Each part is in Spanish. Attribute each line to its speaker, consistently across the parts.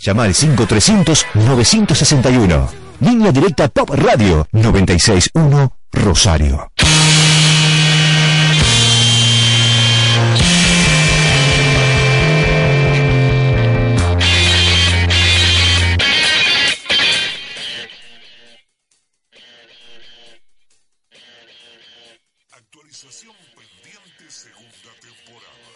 Speaker 1: Llama al 5300-961. Línea directa Top Radio 961 Rosario.
Speaker 2: Actualización pendiente segunda temporada.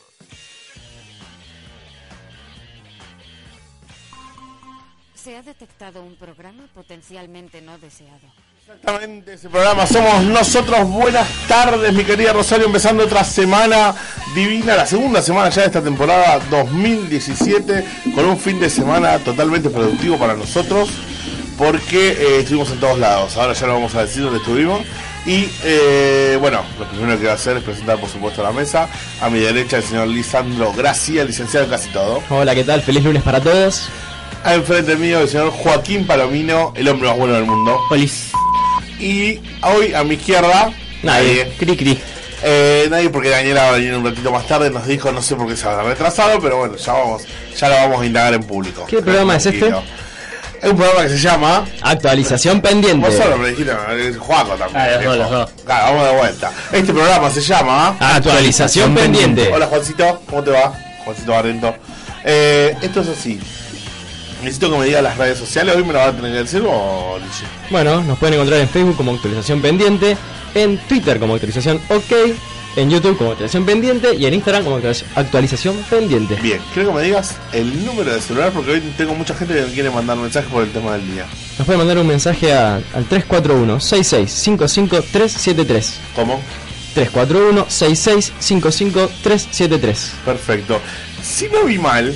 Speaker 3: Se ha detectado un programa potencialmente no deseado.
Speaker 4: Exactamente, ese programa somos nosotros. Buenas tardes, mi querida Rosario, empezando otra semana divina, la segunda semana ya de esta temporada 2017, con un fin de semana totalmente productivo para nosotros, porque eh, estuvimos en todos lados. Ahora ya lo vamos a decir dónde estuvimos. Y eh, bueno, lo primero que voy a hacer es presentar, por supuesto, a la mesa. A mi derecha, el señor Lisandro Gracia, licenciado en casi todo.
Speaker 5: Hola, ¿qué tal? Feliz lunes para todos.
Speaker 4: Enfrente mío, el señor Joaquín Palomino, el hombre más bueno del mundo.
Speaker 5: Polis.
Speaker 4: Y hoy a mi izquierda,
Speaker 5: Nadie. Cri cri.
Speaker 4: Eh, nadie porque Daniela va a venir un ratito más tarde, nos dijo, no sé por qué se habrá retrasado, pero bueno, ya vamos, ya lo vamos a indagar en público.
Speaker 5: ¿Qué programa es este?
Speaker 4: Es un programa que se llama.
Speaker 5: Actualización pendiente.
Speaker 4: Vos solo me dijiste, eh, Juaco también.
Speaker 5: Ah, los dos,
Speaker 4: viejo.
Speaker 5: los dos.
Speaker 4: Claro, vamos de vuelta. Este programa se llama.
Speaker 5: Actualización pendiente.
Speaker 4: Hola Juancito, ¿cómo te va? Juancito Barrento. Eh, esto es así. Necesito que me digas las redes sociales, hoy me lo van a tener que decir o Lichi?
Speaker 5: Bueno, nos pueden encontrar en Facebook como actualización pendiente, en Twitter como actualización OK, en YouTube como actualización pendiente y en Instagram como actualiz- actualización pendiente.
Speaker 4: Bien, quiero que me digas el número de celular porque hoy tengo mucha gente que me quiere mandar mensajes por el tema del día.
Speaker 5: Nos pueden mandar un mensaje a- al 341-6655-373.
Speaker 4: ¿Cómo?
Speaker 5: 341-6655-373.
Speaker 4: Perfecto. Si no vi mal,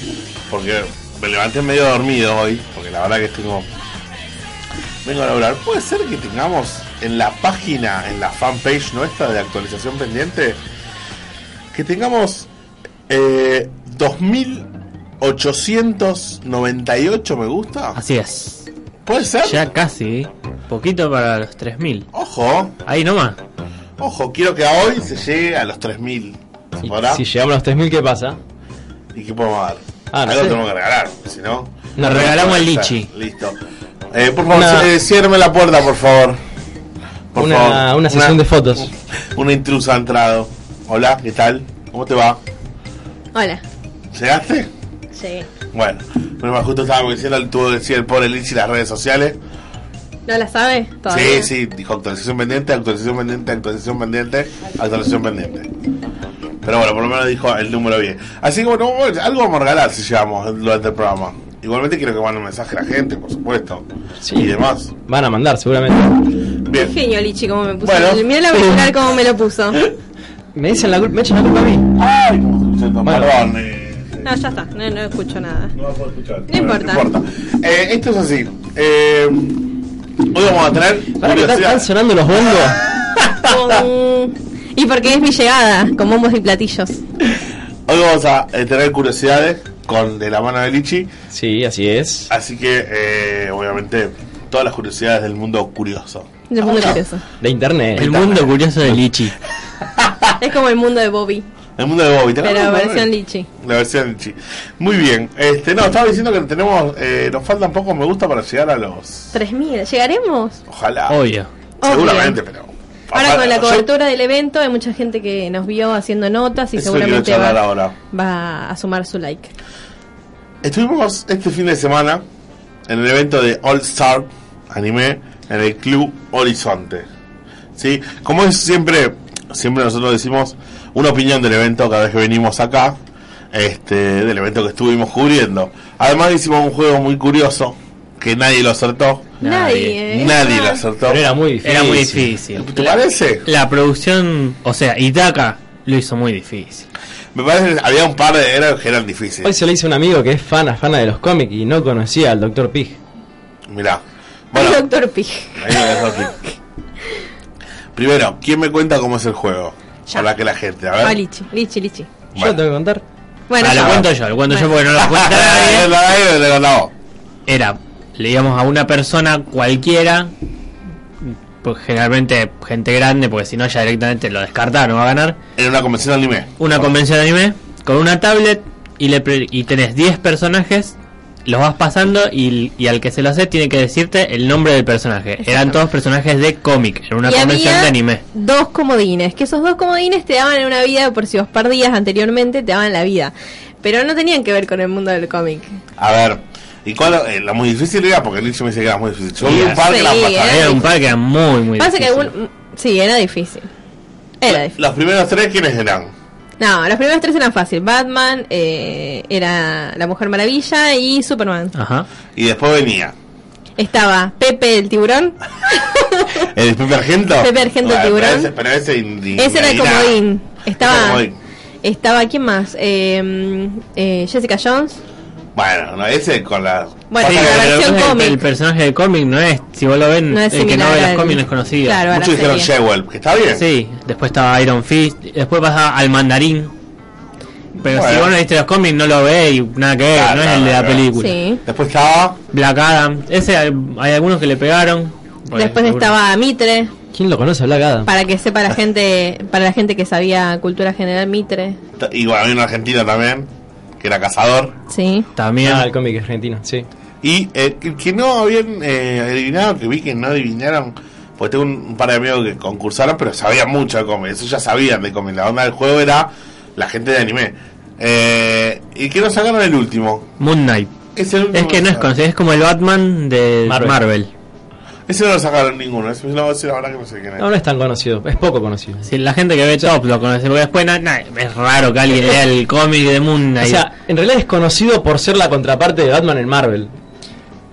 Speaker 4: porque me levanté medio dormido hoy, porque la verdad que estoy como... Vengo a hablar. ¿Puede ser que tengamos en la página, en la fanpage nuestra de actualización pendiente, que tengamos eh, 2.898 me gusta?
Speaker 6: Así es.
Speaker 4: ¿Puede ser?
Speaker 6: Ya casi. Poquito para los 3000.
Speaker 4: Ojo,
Speaker 6: Ahí nomás.
Speaker 4: ojo, quiero que a hoy se llegue a los 3.000. ¿Se
Speaker 5: Y
Speaker 4: podrá?
Speaker 5: Si llegamos a los 3.000, ¿qué pasa?
Speaker 4: ¿Y qué podemos dar?
Speaker 5: Ah, no
Speaker 4: Algo
Speaker 5: sé.
Speaker 4: tenemos que regalar, si no.
Speaker 5: Nos
Speaker 4: no
Speaker 6: regalamos
Speaker 4: puede
Speaker 6: el
Speaker 4: ser.
Speaker 6: lichi.
Speaker 4: Listo. Eh, por favor,
Speaker 5: Una-
Speaker 4: eh, ciérreme la puerta, por favor. Por
Speaker 5: Una- una sesión de fotos.
Speaker 4: Una intrusa ha entrado. Hola, ¿qué tal? ¿Cómo te va?
Speaker 7: Hola.
Speaker 4: ¿Llegaste?
Speaker 7: Sí.
Speaker 4: Bueno, pero más justo estábamos diciendo, tuvo que decir el pobre Lichi las redes sociales.
Speaker 7: ¿No la sabes?
Speaker 4: Sí, sí, dijo actualización pendiente, actualización pendiente, actualización pendiente, actualización pendiente. Pero bueno, por lo menos dijo el número bien. Así que bueno, bueno, algo vamos a regalar si llegamos durante el programa. Igualmente quiero que mande un mensaje a la gente, por supuesto.
Speaker 5: Sí.
Speaker 4: Y demás.
Speaker 5: Van a mandar, seguramente.
Speaker 7: Qué
Speaker 4: Bien.
Speaker 7: genio Lichi como me puso.
Speaker 4: Bueno.
Speaker 7: Mirá la binocular como me lo puso.
Speaker 5: Me dicen la culpa, me echan la culpa a mí.
Speaker 4: Ay, cómo se escucha,
Speaker 5: Bueno.
Speaker 4: perdón. eh,
Speaker 7: No, ya está. No, no escucho nada.
Speaker 4: No la puedo escuchar.
Speaker 7: No importa.
Speaker 4: Eh, esto es así. Eh, hoy vamos a tener
Speaker 5: ¿Para que están
Speaker 4: curiosidad.
Speaker 5: sonando los bongos?
Speaker 7: Con- y porque es mi llegada, con bombos y platillos.
Speaker 4: Hoy vamos a eh, tener curiosidades con de la mano de Lichi.
Speaker 5: Sí, así es.
Speaker 4: Así que, eh, obviamente, todas las curiosidades del mundo curioso.
Speaker 7: Del mundo curioso.
Speaker 5: De internet.
Speaker 6: El mundo curioso de Lichi.
Speaker 7: Es como el mundo de Bobby,
Speaker 4: El mundo de Bobby. ¿tenés
Speaker 7: pero
Speaker 4: algo,
Speaker 7: versión
Speaker 4: Bobby?
Speaker 7: Lichi.
Speaker 4: La versión Lichi. Muy bien. Este, no, estaba diciendo que tenemos, eh, nos faltan pocos me gusta para llegar a los...
Speaker 7: 3000, ¿llegaremos?
Speaker 4: Ojalá.
Speaker 6: Obvio.
Speaker 4: Seguramente, pero...
Speaker 7: Ahora con la
Speaker 4: Yo-
Speaker 7: cobertura del evento hay mucha gente que nos vio haciendo notas y
Speaker 4: Eso quiero
Speaker 7: seguramente
Speaker 4: charlar
Speaker 7: va,
Speaker 4: ahora.
Speaker 7: va a sumar su like.
Speaker 4: Estuvimos este fin de semana en el evento de All Star Anime en el Club Horizonte. ¿Sí? Como es siempre, siempre nosotros decimos una opinión del evento cada vez que venimos acá, este, del evento que estuvimos cubriendo. Además hicimos un juego muy curioso que nadie lo acertó.
Speaker 7: Nadie, ¿eh?
Speaker 4: Nadie lo acertó.
Speaker 5: Pero era muy difícil.
Speaker 6: Era muy difícil.
Speaker 4: ¿Te parece?
Speaker 6: La producción, o sea, Itaka lo hizo muy difícil.
Speaker 4: Me parece que había un par de eran que eran difíciles.
Speaker 5: Hoy se le hizo a un amigo que es fan, afana de los cómics y no conocía al Dr. Pig.
Speaker 4: Mirá. Bueno,
Speaker 7: Doctor Pig.
Speaker 4: ahí lo dejo aquí. Primero, ¿quién me cuenta cómo es el juego?
Speaker 7: Ya.
Speaker 4: Para que la gente, a ver.
Speaker 7: Ah, Lichi, Lichi, Lichi.
Speaker 5: Yo
Speaker 4: Bueno.
Speaker 5: tengo que contar.
Speaker 7: Bueno,
Speaker 6: Ah, lo
Speaker 7: ya.
Speaker 6: cuento yo, lo cuento yo porque no lo cuenta
Speaker 4: Ahí
Speaker 6: nadie.
Speaker 4: lo- ahí lo- no.
Speaker 6: Era, leíamos a una persona cualquiera, pues generalmente gente grande, porque si no ya directamente lo descartaron, va a ganar.
Speaker 4: Era una convención de anime.
Speaker 7: Oh.
Speaker 6: Una convención de anime con una tablet y, le pre- y tenés 10 personajes. Los vas pasando y, y al que se lo hace tiene que decirte el nombre del personaje. Eran todos personajes de cómic, en una
Speaker 7: y
Speaker 6: convención
Speaker 7: había
Speaker 6: de anime.
Speaker 7: dos comodines, que esos dos comodines te daban una vida, por si vos perdías anteriormente, te daban la vida. Pero no tenían que ver con el mundo del cómic.
Speaker 4: A ver. ¿Y cuál eh, la muy difícil era? Porque Lichi me dice que era muy difícil. Yo vi un par que la
Speaker 7: Sí,
Speaker 4: pasaba.
Speaker 7: era
Speaker 6: Había un par que eran muy, muy
Speaker 7: Pasa que
Speaker 6: difíciles.
Speaker 7: algún... mm, Sí, era difícil. Era difícil.
Speaker 4: Los primeros tres, ¿quiénes eran?
Speaker 7: No, los primeros tres eran fácil. Batman, eh, era la Mujer Maravilla y Superman.
Speaker 6: Ajá.
Speaker 4: Y después venía.
Speaker 7: Estaba Pepe el tiburón.
Speaker 4: ¿El Pepe Argento?
Speaker 7: Pepe Argento,
Speaker 4: Bueno,
Speaker 7: tiburón.
Speaker 4: Pero ese, pero ese, ni- ni-
Speaker 7: Ese era el
Speaker 4: ni nada.
Speaker 7: comodín.
Speaker 4: Era el
Speaker 7: Estaba...
Speaker 4: comodín.
Speaker 7: Estaba, ¿quién más? Eh, eh, Jessica Jones.
Speaker 4: Bueno, no, ese con la.
Speaker 7: Bueno,
Speaker 4: pasa
Speaker 7: la
Speaker 4: que-
Speaker 7: versión
Speaker 6: el,
Speaker 7: cómic.
Speaker 6: el personaje del cómic no es, si vos lo ven,
Speaker 7: No es
Speaker 6: Mm, el que no
Speaker 7: similar
Speaker 6: ve los
Speaker 7: al-
Speaker 6: cómics no es conocido.
Speaker 7: Claro, a la
Speaker 4: Muchos dijeron
Speaker 7: serie.
Speaker 4: Jewel, que está bien.
Speaker 6: Sí, después estaba Iron Fist, después pasaba al mandarín. Pero si
Speaker 4: Bueno.
Speaker 6: vos no viste los cómics, no lo ves y nada que ver,
Speaker 4: Claro,
Speaker 6: no es
Speaker 4: no,
Speaker 6: el de
Speaker 4: no,
Speaker 6: la
Speaker 4: no.
Speaker 6: película.
Speaker 7: Sí.
Speaker 4: Después estaba.
Speaker 6: Black Adam, ese hay, hay algunos que le pegaron. Bueno,
Speaker 7: Después
Speaker 6: seguro.
Speaker 7: estaba Mitre.
Speaker 5: ¿Quién lo conoce, Black Adam?
Speaker 7: Para que sepa la gente, para la gente que sabía cultura general Mitre,
Speaker 4: Y bueno, había un argentino también, que era cazador.
Speaker 7: sí.
Speaker 6: También.
Speaker 5: Ah, el cómic argentino, sí.
Speaker 4: Y eh, que, que no habían eh, adivinado, que vi que no adivinaron. Porque tengo un, un par de amigos que concursaron, pero sabían mucho de cómic. Eso ya sabían de cómic. La onda del juego era la gente de anime. Eh, y que no sacaron el último.
Speaker 6: Moon Knight.
Speaker 4: Es, el último
Speaker 6: Es que no es
Speaker 4: sacaron.
Speaker 6: conocido, es como el Batman de Marvel.
Speaker 5: Marvel.
Speaker 4: Ese no lo sacaron ninguno. Ese, no, ese la verdad que no sé quién es.
Speaker 5: No, no es tan conocido, es poco conocido.
Speaker 6: Si la gente que ve Top lo conoce, porque después na- na- es raro que alguien lea el cómic de Moon
Speaker 5: O
Speaker 6: Knight.
Speaker 5: sea, en realidad es conocido por ser la contraparte de Batman en Marvel.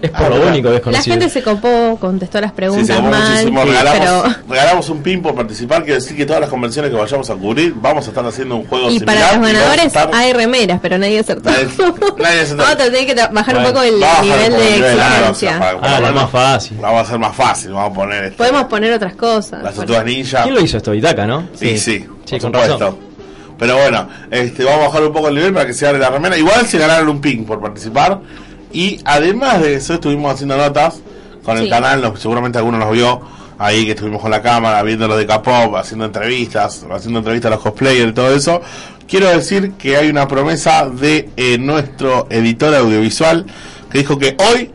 Speaker 5: Es por
Speaker 4: Ah,
Speaker 5: lo
Speaker 4: verdad.
Speaker 5: único que es
Speaker 7: La
Speaker 5: conocido.
Speaker 7: gente se copó, contestó las
Speaker 4: Sí,
Speaker 7: preguntas
Speaker 4: se compró
Speaker 7: mal,
Speaker 4: muchísimo.
Speaker 7: pero
Speaker 4: Regalamos, regalamos un pin por participar. Quiere decir que todas las convenciones que vayamos a cubrir vamos a estar haciendo un juego
Speaker 7: y
Speaker 4: similar.
Speaker 7: para los
Speaker 4: y vamos a
Speaker 7: ganadores
Speaker 4: estar-
Speaker 7: hay remeras, pero nadie acertó.
Speaker 4: Nadie- nadie acertó.
Speaker 7: Vamos a tener que tra- bajar un
Speaker 5: Bueno,
Speaker 7: poco el
Speaker 4: Vamos a bajar
Speaker 7: nivel
Speaker 4: un poco
Speaker 7: de
Speaker 4: el nivel, ah, claro, o sea,
Speaker 7: exigencia.
Speaker 4: para-
Speaker 5: Ah,
Speaker 4: para-
Speaker 5: la más fácil.
Speaker 4: la vamos a hacer más fácil. Vamos a poner este,
Speaker 7: Podemos poner otras cosas.
Speaker 4: las
Speaker 7: Bueno,
Speaker 4: tortugas ninja.
Speaker 5: ¿Quién lo hizo esto? Itaca, ¿no?
Speaker 4: Ah. Sí, sí,
Speaker 5: Sí,
Speaker 4: por
Speaker 5: con
Speaker 4: supuesto.
Speaker 5: razón.
Speaker 4: Pero bueno, este, vamos a bajar un poco el nivel para que se abre la remera. Igual se ganaron un ping por participar. Y además de eso, estuvimos haciendo notas con el
Speaker 7: Sí.
Speaker 4: canal. los- seguramente alguno nos vio ahí que estuvimos con la cámara, viendo los de K-pop, haciendo entrevistas, haciendo entrevistas a los cosplayers y todo eso. Quiero decir que hay una promesa de eh, nuestro editor audiovisual que dijo que hoy,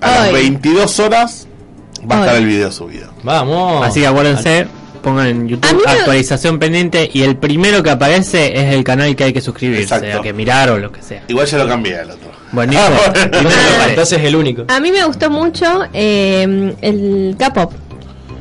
Speaker 4: a las
Speaker 7: Hoy.
Speaker 4: 22 horas, va a
Speaker 7: Hoy.
Speaker 4: estar el video subido.
Speaker 5: Vamos.
Speaker 6: Así que acuérdense, pongan en
Speaker 7: A mí
Speaker 6: YouTube
Speaker 7: me-
Speaker 6: actualización pendiente y el primero que aparece es el canal que hay que suscribirse,
Speaker 4: Exacto.
Speaker 6: a que mirar o lo que sea.
Speaker 4: Igual ya lo cambié al otro.
Speaker 6: Buenísimo.
Speaker 4: bueno.
Speaker 6: Primero que
Speaker 5: Ah,
Speaker 6: aparece.
Speaker 5: Entonces es el único.
Speaker 7: A mí me gustó mucho eh, el K-pop.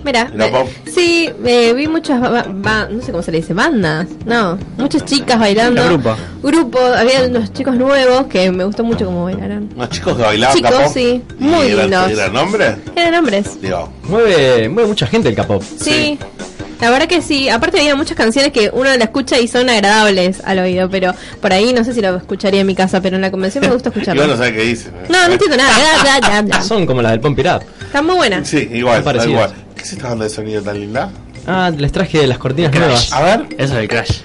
Speaker 7: Mira,
Speaker 4: ¿El K-pop?
Speaker 7: sí, eh, vi muchas, ba- ba- no sé cómo se le dice, bandas, no, muchas chicas bailando.
Speaker 6: Un grupo.
Speaker 7: Grupo, había unos chicos nuevos que me gustó mucho cómo bailaron.
Speaker 4: Unos chicos que bailaban
Speaker 7: Chicos,
Speaker 4: capó.
Speaker 7: sí.
Speaker 4: ¿Y
Speaker 7: Muy
Speaker 4: era-
Speaker 7: lindos.
Speaker 4: ¿Era el nombre?
Speaker 7: Eran hombres.
Speaker 4: Digo,
Speaker 5: Mueve, mueve mucha gente el K-pop.
Speaker 7: Sí. La verdad que sí, aparte había muchas canciones que uno la escucha y son agradables al oído, pero por ahí no sé si lo escucharía en mi casa, pero en la convención me gusta
Speaker 4: igual no
Speaker 7: escucharlo.
Speaker 4: sabe qué dicen. ¿eh?
Speaker 7: No, no entiendo nada. bla, bla, bla, bla.
Speaker 5: Son como las del Pump It Up.
Speaker 7: Están muy buenas.
Speaker 4: Sí, igual, tal
Speaker 5: Parecidos.
Speaker 4: igual. ¿Qué es esta banda de sonido tan linda?
Speaker 5: Ah, les traje las cortinas nuevas.
Speaker 4: A ver.
Speaker 6: Eso es el Crash.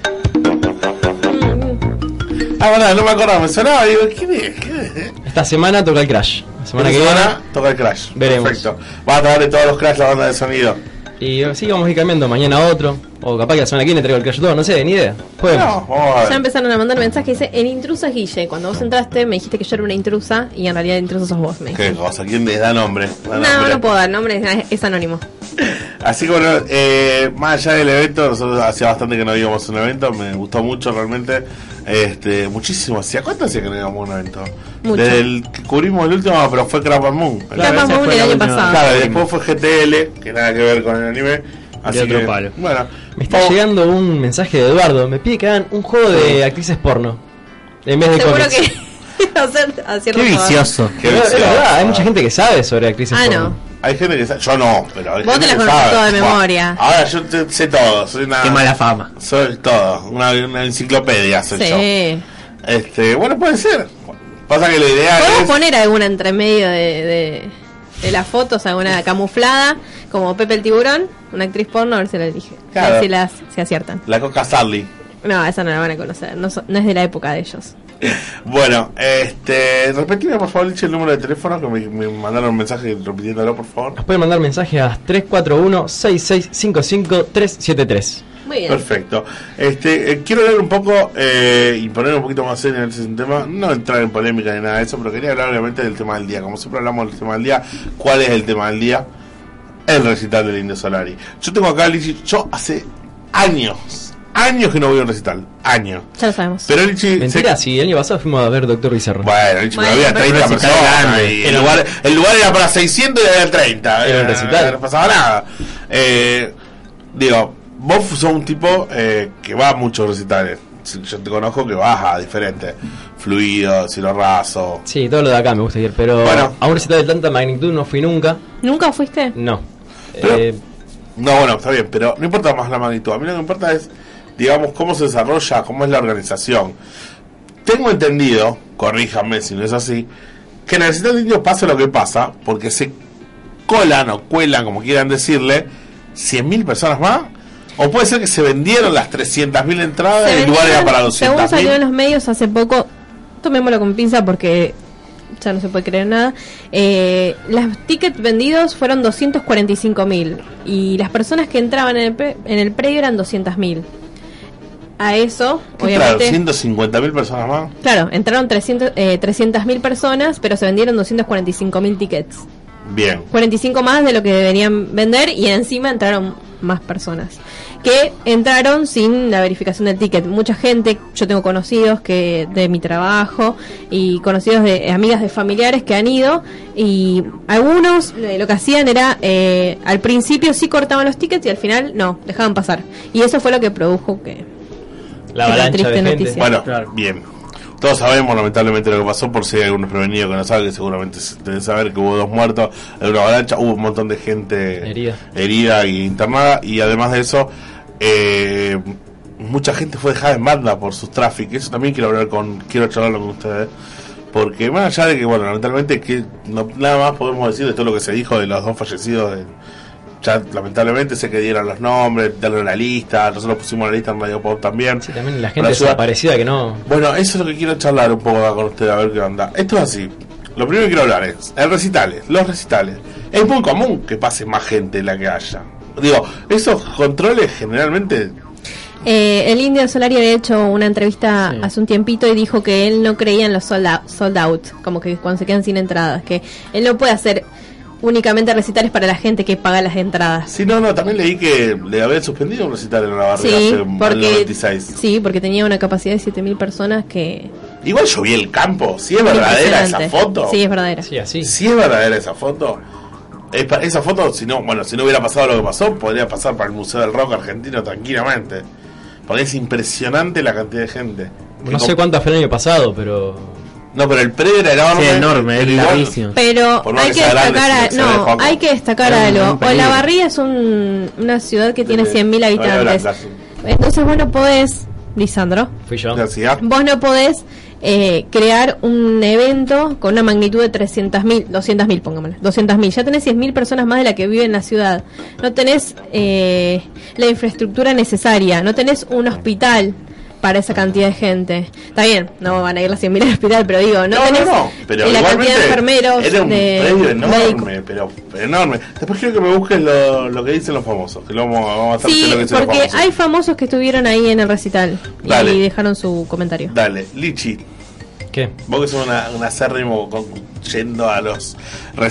Speaker 4: Ah, verdad, no me acordaba, me sonaba. Digo, ¿quién es? ¿Quién es?
Speaker 5: Esta semana toca el Crash. La semana
Speaker 4: Esta
Speaker 5: que
Speaker 4: semana toca el Crash.
Speaker 5: Veremos.
Speaker 4: Perfecto. Va a darle todos los Crash la banda de sonido.
Speaker 5: viene. Y eh, sí, vamos a ir cambiando mañana a otro. O capaz que la semana que viene traigo el Crash 2, no sé, ni idea. Podemos.
Speaker 4: No, vamos
Speaker 7: Ya
Speaker 4: a ver.
Speaker 7: empezaron a mandar mensajes, dice, el intruso es Guille. Cuando vos entraste me dijiste que yo era una intrusa y en realidad el intruso sos vos, me dijiste.
Speaker 4: ¿Qué cosa? ¿Quién les da nombre? Da
Speaker 7: No,
Speaker 4: nombre.
Speaker 7: no puedo dar nombre, es- es anónimo.
Speaker 4: Así que bueno, eh, más allá del evento, nosotros hacía bastante que no íbamos a un evento, me gustó mucho realmente, este, muchísimo. ¿Hacía cuánto hacía que no íbamos a un evento?
Speaker 7: Mucho.
Speaker 4: Desde el que cubrimos el último, pero fue Crap and Moon.
Speaker 7: Crap and
Speaker 6: ese
Speaker 7: Moon
Speaker 6: fue
Speaker 7: el
Speaker 6: la
Speaker 7: año
Speaker 6: última.
Speaker 7: pasado.
Speaker 4: Claro, y después fue GTL, que nada que ver con el anime. Así
Speaker 6: otro
Speaker 4: que,
Speaker 6: palo.
Speaker 4: Bueno, Oh,
Speaker 5: Me está
Speaker 4: vamos-
Speaker 5: llegando un mensaje de Eduardo. Me pide que hagan un juego de actrices porno. En vez de
Speaker 7: Seguro
Speaker 5: cómics.
Speaker 7: que... o sea, a cierto
Speaker 6: Qué
Speaker 7: modo.
Speaker 6: vicioso.
Speaker 4: Qué
Speaker 5: Pero es
Speaker 4: vicioso.
Speaker 5: verdad, hay mucha gente que sabe sobre actrices
Speaker 7: Ah,
Speaker 5: porno.
Speaker 7: no.
Speaker 4: Hay gente que sabe. Yo no, pero. hay
Speaker 7: Vos
Speaker 4: gente
Speaker 7: te las
Speaker 4: que
Speaker 7: conoces
Speaker 4: sabe.
Speaker 7: todas de
Speaker 4: Buah,
Speaker 7: memoria.
Speaker 4: Ahora yo te- sé todo. Soy una.
Speaker 6: Qué mala fama.
Speaker 4: Soy todo. Una, una enciclopedia soy yo.
Speaker 7: Sí.
Speaker 4: Este, bueno, puede ser. Pasa que la idea
Speaker 7: Podemos
Speaker 4: Ah, es.
Speaker 7: poner alguna entre medio de, de, de las fotos, alguna camuflada, como Pepe el Tiburón, una actriz porno, a ver si la elige. A
Speaker 4: Claro.
Speaker 7: ver si las si aciertan.
Speaker 4: La coca Sarli.
Speaker 7: No, esa no la van a conocer, no, so- no es de la época de ellos.
Speaker 4: Bueno, este. Repetime, por favor, Lichi, el número de teléfono que me, me mandaron un mensaje repitiéndolo, por favor.
Speaker 5: Nos pueden mandar mensaje a 341-6655-373.
Speaker 7: Muy bien.
Speaker 4: Perfecto. Este, eh, quiero hablar un poco eh, y poner un poquito más serio en ese tema. No entrar en polémica ni nada de eso, pero quería hablar obviamente del tema del día. Como siempre hablamos del tema del día, ¿cuál es el tema del día? El recital del Indio Solari. Yo tengo acá, Lichi, yo hace años, años que no voy a un recital. Años.
Speaker 7: Ya lo sabemos.
Speaker 4: Pero Lichi.
Speaker 5: Mentira,
Speaker 4: se-
Speaker 5: sí, el año pasado fuimos a ver Doctor Bizarro.
Speaker 4: Bueno, Lichi, pero
Speaker 7: Bueno,
Speaker 4: había
Speaker 7: pero
Speaker 4: 30
Speaker 6: un recital
Speaker 4: personas.
Speaker 6: grande.
Speaker 4: y el,
Speaker 6: Era un-
Speaker 4: lugar, el lugar era para 600 y había 30.
Speaker 5: Era un
Speaker 4: Eh,
Speaker 5: recital.
Speaker 4: No pasaba nada. Eh, digo, vos sos un tipo eh, que va a muchos recitales. Si- Yo te conozco que vas a diferentes. Fluido, cielo raso.
Speaker 5: Sí, todo lo de acá me gusta ir, pero
Speaker 4: Bueno.
Speaker 5: a un recital de tanta magnitud no fui nunca.
Speaker 7: ¿Nunca fuiste?
Speaker 5: No.
Speaker 4: Pero-
Speaker 5: Eh,
Speaker 4: No, bueno, está bien, pero no importa más la magnitud. A mí lo que importa es, digamos, cómo se desarrolla, cómo es la organización. Tengo entendido, corríjame si no es así, que en el recital de indios pasa lo que pasa, porque se colan o cuelan, como quieran decirle, 100.000 personas más. O puede ser que se vendieron las 300.000 entradas y el lugar era para 200.000.
Speaker 7: según salió en los medios hace poco, tomémoslo con pinza porque ya no se puede creer nada. Eh, las tickets vendidos fueron 245 mil y las personas que entraban en el, pre- en el predio eran 200 mil. A eso,
Speaker 4: Claro,
Speaker 7: obviamente.
Speaker 4: 150.000 personas más.
Speaker 7: Claro, entraron 300 eh, 300.000 personas, pero se vendieron 245 mil tickets.
Speaker 4: Bien.
Speaker 7: 45 más de lo que deberían vender y encima entraron más personas que entraron sin la verificación del ticket. Mucha gente, yo tengo conocidos que de mi trabajo y conocidos de eh, amigas de familiares que han ido y algunos eh, lo que hacían era eh, al principio sí cortaban los tickets y al final no, dejaban pasar. Y eso fue lo que produjo que
Speaker 5: la
Speaker 7: Qué
Speaker 5: avalancha
Speaker 7: triste
Speaker 5: de gente.
Speaker 7: noticia.
Speaker 4: Bueno,
Speaker 5: Claro.
Speaker 4: bien. Todos sabemos lamentablemente lo que pasó, por si hay algunos prevenidos que no saben, que seguramente se- deben saber que hubo dos muertos en una avalancha, hubo un montón de gente
Speaker 5: Herida.
Speaker 4: herida y internada, y además de eso, eh, mucha gente fue dejada en banda por sus tráficos. Eso también quiero hablar con, quiero charlarlo con ustedes. Porque más allá de que, bueno, lamentablemente que no- nada más podemos decir de todo lo que se dijo de los dos fallecidos en, ya lamentablemente sé que dieron los nombres, dieron la lista, nosotros pusimos la lista en Radio Pop también.
Speaker 5: Sí, también la
Speaker 4: Para
Speaker 5: gente
Speaker 4: ayudar.
Speaker 5: desaparecida que no.
Speaker 4: Bueno, eso es lo que quiero charlar un poco acá con usted, a ver qué onda. Esto es así. Lo primero que quiero hablar es, el recitales, los recitales. Es muy común que pase más gente de la que haya. Digo, esos controles generalmente...
Speaker 7: Eh, el Indio Solari había hecho una entrevista hace un tiempito y dijo que él no creía en los sold out, sold out, como que cuando se quedan sin entradas, que él no puede hacer únicamente recitales para la gente que paga las entradas.
Speaker 4: Sí, no, no, también leí que le habían suspendido un recital en la barriga
Speaker 7: Sí,
Speaker 4: hace en el
Speaker 7: porque
Speaker 4: 96.
Speaker 7: sí, porque tenía una capacidad de 7000 personas que
Speaker 4: Igual yo vi el campo, si es verdadera esa
Speaker 7: Impresionante.
Speaker 4: foto.
Speaker 7: Sí, es verdadera.
Speaker 5: Sí, así.
Speaker 4: Si es verdadera esa foto, es pa- esa foto, si no, bueno, si no hubiera pasado lo que pasó, podría pasar para el Museo del Rock argentino tranquilamente. Porque es impresionante la cantidad de gente.
Speaker 5: No sé cuántas fue el año pasado, pero.
Speaker 4: No, pero el predio era enorme.
Speaker 6: Sí, enorme,
Speaker 4: pero
Speaker 6: es
Speaker 4: igual-
Speaker 6: larguísimo.
Speaker 7: Pero
Speaker 4: Por más
Speaker 7: hay
Speaker 4: que
Speaker 7: que
Speaker 4: sea grande,
Speaker 7: destacar, a-
Speaker 4: es un excelente
Speaker 7: no,
Speaker 4: foco.
Speaker 7: hay que destacar
Speaker 6: Es un
Speaker 7: algo.
Speaker 6: peligro.
Speaker 7: Olavarría es un- una ciudad que tiene
Speaker 4: Sí,
Speaker 7: 100.000
Speaker 4: Bahía
Speaker 7: habitantes.
Speaker 4: Blanca,
Speaker 7: Entonces, bueno, podés, Lisandro,
Speaker 5: Fui yo.
Speaker 4: La ciudad.
Speaker 7: Vos no podés eh, crear un evento con una magnitud de 300.000, 200.000, pongámosle, 200.000. Ya tenés 100.000 personas más de la que vive en la ciudad. No tenés eh, la infraestructura necesaria, no tenés un hospital para esa cantidad de gente. Está bien, no van a ir las 100.000 al hospital, pero digo, no, tenés
Speaker 4: pero
Speaker 7: la
Speaker 4: igualmente
Speaker 7: cantidad de enfermeros,
Speaker 4: Era un
Speaker 7: de
Speaker 4: predio
Speaker 7: médicos.
Speaker 4: enorme, pero enorme. Después quiero que me busques lo, lo que dicen los famosos, que lo vamos, vamos a estar
Speaker 7: Sí,
Speaker 4: diciendo lo que dicen los
Speaker 7: porque
Speaker 4: famosos.
Speaker 7: hay famosos que estuvieron ahí en el recital
Speaker 4: Dale.
Speaker 7: y dejaron su comentario.
Speaker 4: Dale, Lichi,
Speaker 5: ¿Qué?
Speaker 4: Vos que sos una, un acérrimo con- yendo a los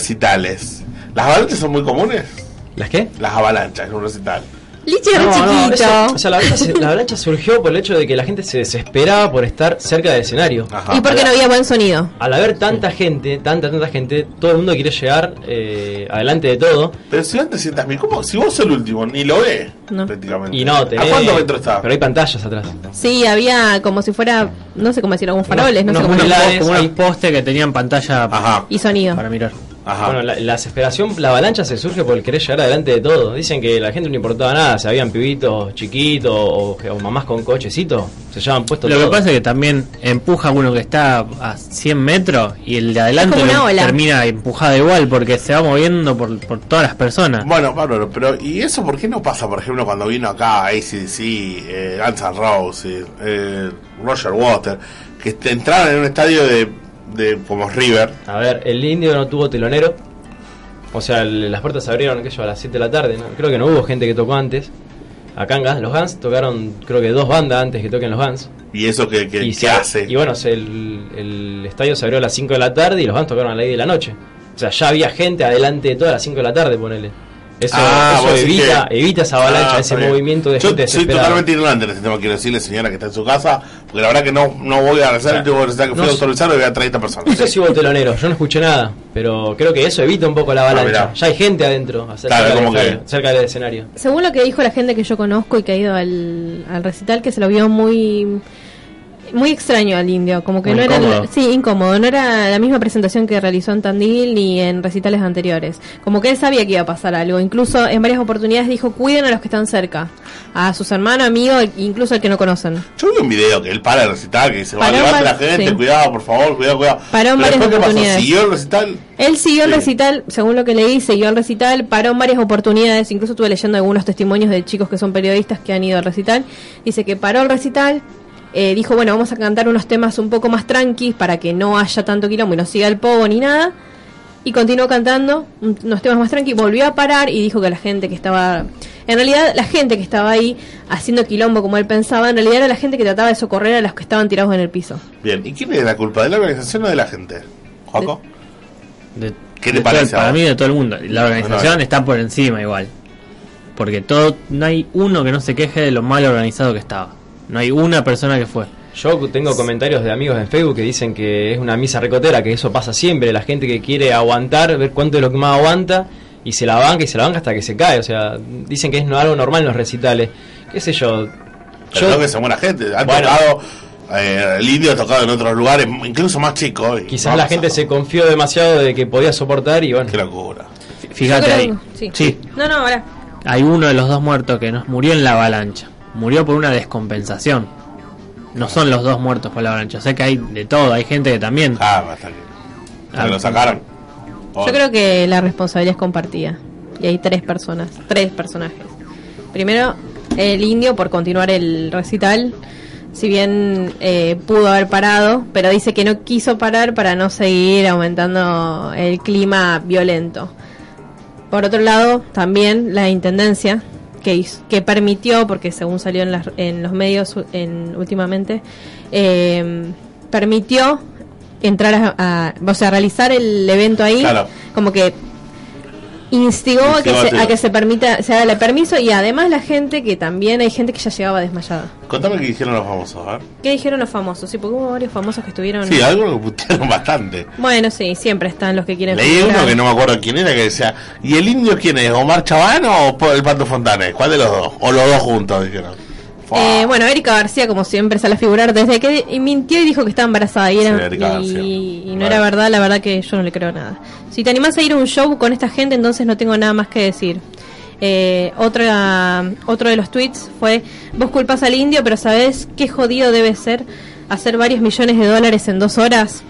Speaker 4: recitales. ¿Las avalanchas son muy comunes?
Speaker 5: ¿Las qué?
Speaker 4: Las avalanchas en un recital.
Speaker 7: Lichi era
Speaker 5: No, no,
Speaker 7: chiquito.
Speaker 5: eso- o sea, la avalancha, se- la avalancha surgió por el hecho de que la gente se desesperaba por estar cerca del escenario.
Speaker 4: Ajá.
Speaker 7: y porque no había buen sonido.
Speaker 5: Al haber tanta gente, tanta, tanta gente, todo el mundo quiere llegar eh, adelante de todo.
Speaker 4: Pero si van 300.000, ¿cómo? Si vos sos el último, ni lo ves
Speaker 7: No.
Speaker 4: prácticamente.
Speaker 5: Y no,
Speaker 4: ¿A
Speaker 5: tenés-
Speaker 4: cuánto metro está?
Speaker 5: Pero hay pantallas atrás.
Speaker 7: Sí, había como si fuera, no sé cómo decirlo, como faroles, no sé
Speaker 5: unos
Speaker 7: cómo
Speaker 5: muy
Speaker 7: decirlo.
Speaker 5: largos.
Speaker 6: Como unos
Speaker 5: Ahí.
Speaker 6: postes que tenían pantalla
Speaker 4: Ajá.
Speaker 7: Y sonido.
Speaker 6: para mirar.
Speaker 4: Ajá.
Speaker 5: Bueno, la, la desesperación, la avalancha se surge por querer llegar adelante de todo. Dicen que la gente no le importaba nada, se habían pibitos chiquitos o, o mamás con cochecitos, se llevaban puesto
Speaker 6: Lo que
Speaker 5: todo.
Speaker 6: pasa es que también empuja uno que está a 100 metros y el de adelante
Speaker 7: como una
Speaker 6: lo-
Speaker 7: ola.
Speaker 6: termina empujado igual porque se va moviendo por, por todas las personas.
Speaker 4: Bueno, bárbaro, pero ¿y eso por qué no pasa, por ejemplo, cuando vino acá ACDC, eh, Guns N' Roses, eh, Roger Water, que te entraron en un estadio de, de como River?
Speaker 5: A ver, el indio no tuvo telonero. O sea, el- las puertas se abrieron, qué sé yo, a las 7 de la tarde. ¿no? Creo que no hubo gente que tocó antes. Acá en Gas, los Guns tocaron, creo que dos bandas antes que toquen los Guns.
Speaker 4: ¿Y eso que, que, que
Speaker 5: se-
Speaker 4: hace?
Speaker 5: y bueno, se- el, el estadio se abrió a las 5 de la tarde y los Guns tocaron a las 10 de la noche. O sea, ya había gente adelante de todas a las 5 de la tarde, ponele. Eso,
Speaker 4: Ah,
Speaker 5: eso
Speaker 4: vos decís
Speaker 5: evita,
Speaker 4: que-
Speaker 5: evita esa avalancha,
Speaker 4: Ah,
Speaker 5: ese
Speaker 4: está bien.
Speaker 5: movimiento de
Speaker 4: Yo
Speaker 5: gente
Speaker 4: soy
Speaker 5: desesperada.
Speaker 4: totalmente ignorante en este tema, quiero decirle, señora, que está en su casa, porque la verdad que no, no voy a rezar,
Speaker 5: sea,
Speaker 4: el último recital que fui
Speaker 5: no
Speaker 4: a
Speaker 5: sé-
Speaker 4: autorizar lo voy a traer a esta persona.
Speaker 5: No sé si hubo teloneros, yo no escuché nada, pero creo que eso evita un poco la avalancha.
Speaker 4: Ah, mirá.
Speaker 5: ya hay gente adentro, cerca,
Speaker 4: Claro,
Speaker 5: del
Speaker 4: como que-
Speaker 5: estadio, cerca del escenario.
Speaker 7: Según lo que dijo la gente que yo conozco y que ha ido al, al recital, que se lo vio muy muy extraño al indio, como que
Speaker 6: Muy
Speaker 7: no era
Speaker 6: incómodo.
Speaker 7: la- sí, incómodo, no era la misma presentación que realizó en Tandil ni en recitales anteriores. Como que él sabía que iba a pasar algo, incluso en varias oportunidades dijo, "Cuiden a los que están cerca, a sus hermanos, amigos, incluso al que no conocen."
Speaker 4: Yo vi un video que él para el recital, que dice, va a
Speaker 7: Paró
Speaker 4: levante la
Speaker 7: varias-
Speaker 4: gente,
Speaker 7: sí.
Speaker 4: cuidado, por favor, cuidado, cuidado.
Speaker 7: Paró en
Speaker 4: Pero
Speaker 7: varias
Speaker 4: después, ¿qué pasó?
Speaker 7: oportunidades.
Speaker 4: ¿Siguió el recital?
Speaker 7: Él siguió el
Speaker 4: Sí.
Speaker 7: recital, según lo que leí, siguió el recital, paró en varias oportunidades, incluso estuve leyendo algunos testimonios de chicos que son periodistas que han ido al recital, dice que paró el recital, eh, dijo, bueno, vamos a cantar unos temas un poco más tranquis para que no haya tanto quilombo y no siga el pogo ni nada, y continuó cantando un- unos temas más tranqui, volvió a parar y dijo que la gente que estaba, en realidad la gente que estaba ahí haciendo quilombo como él pensaba, en realidad era la gente que trataba de socorrer a los que estaban tirados en el piso.
Speaker 4: Bien, ¿y quién es la culpa? ¿De la organización o de la gente? ¿Joaco?
Speaker 5: Eh,
Speaker 6: De-
Speaker 4: ¿Qué te
Speaker 6: de todo-
Speaker 4: parece
Speaker 6: para
Speaker 4: ahora?
Speaker 6: mí de todo el mundo. La organización
Speaker 4: Bueno,
Speaker 6: está por encima igual. Porque todo no hay uno que no se queje de lo mal organizado que estaba. No hay una persona que fue.
Speaker 5: Yo tengo comentarios de amigos en Facebook que dicen que es una misa recotera, que eso pasa siempre, la gente que quiere aguantar, ver cuánto es lo que más aguanta, y se la banca y se la banca hasta que se cae, o sea, dicen que es no- algo normal en los recitales, qué sé yo.
Speaker 4: Pero no que son buena gente. Han
Speaker 5: Bueno.
Speaker 4: tocado, eh, el indio ha tocado en otros lugares, incluso más chicos. y
Speaker 5: Quizás
Speaker 4: no
Speaker 5: la
Speaker 4: ha
Speaker 5: gente se
Speaker 4: pasado.
Speaker 5: confió demasiado de que podía soportar y bueno,
Speaker 4: Qué locura.
Speaker 6: Fíjate
Speaker 7: Yo creo-
Speaker 6: ahí.
Speaker 7: sí.
Speaker 6: sí,
Speaker 7: No, no, ahora.
Speaker 6: hay uno de los dos muertos que nos murió en la avalancha. Murió por una descompensación. No son los dos muertos por la avalancha. O sea que hay de todo. Hay gente que también.
Speaker 4: Ah, hasta que,
Speaker 5: Ah.
Speaker 4: hasta que lo sacaron. Oh,
Speaker 7: Yo creo que la responsabilidad es compartida. Y hay tres personas, tres personajes. Primero, el indio por continuar el recital. Si bien eh, pudo haber parado, pero dice que no quiso parar para no seguir aumentando el clima violento. Por otro lado, también la intendencia que hiz- que permitió, porque según salió en, las- en los medios u- en- últimamente, eh, permitió entrar a, a- o sea, realizar el evento ahí,
Speaker 4: Claro.
Speaker 7: como que instigó a que,
Speaker 4: Instigó a
Speaker 7: se, a
Speaker 4: todo.
Speaker 7: que se permita, se haga el permiso y además la gente que también hay gente que ya llegaba desmayada.
Speaker 4: Contame qué dijeron los famosos, a ver.
Speaker 7: ¿Qué dijeron los famosos? Sí, porque hubo varios famosos que estuvieron.
Speaker 4: Sí, algunos que putearon bastante.
Speaker 7: Bueno, sí, siempre están los que quieren.
Speaker 4: Leí uno
Speaker 7: figurar.
Speaker 4: que no me acuerdo quién era que decía, ¿y el indio quién es? ¿Omar Chavano o el Pato Fontanes? ¿Cuál de los dos? O los dos juntos, dijeron. Fua.
Speaker 7: Eh, bueno, Erika García, como siempre, sale a figurar desde que y mintió y dijo que estaba embarazada y, era-
Speaker 4: Sí, Erika
Speaker 7: y-
Speaker 4: García.
Speaker 7: y no
Speaker 4: Vale.
Speaker 7: era verdad, la verdad que yo no le creo nada. Si te animás a ir a un show con esta gente, entonces no tengo nada más que decir. Eh, otra, otro de los tweets fue, vos culpas al indio, pero ¿sabés qué jodido debe ser hacer varios millones de dólares en dos horas?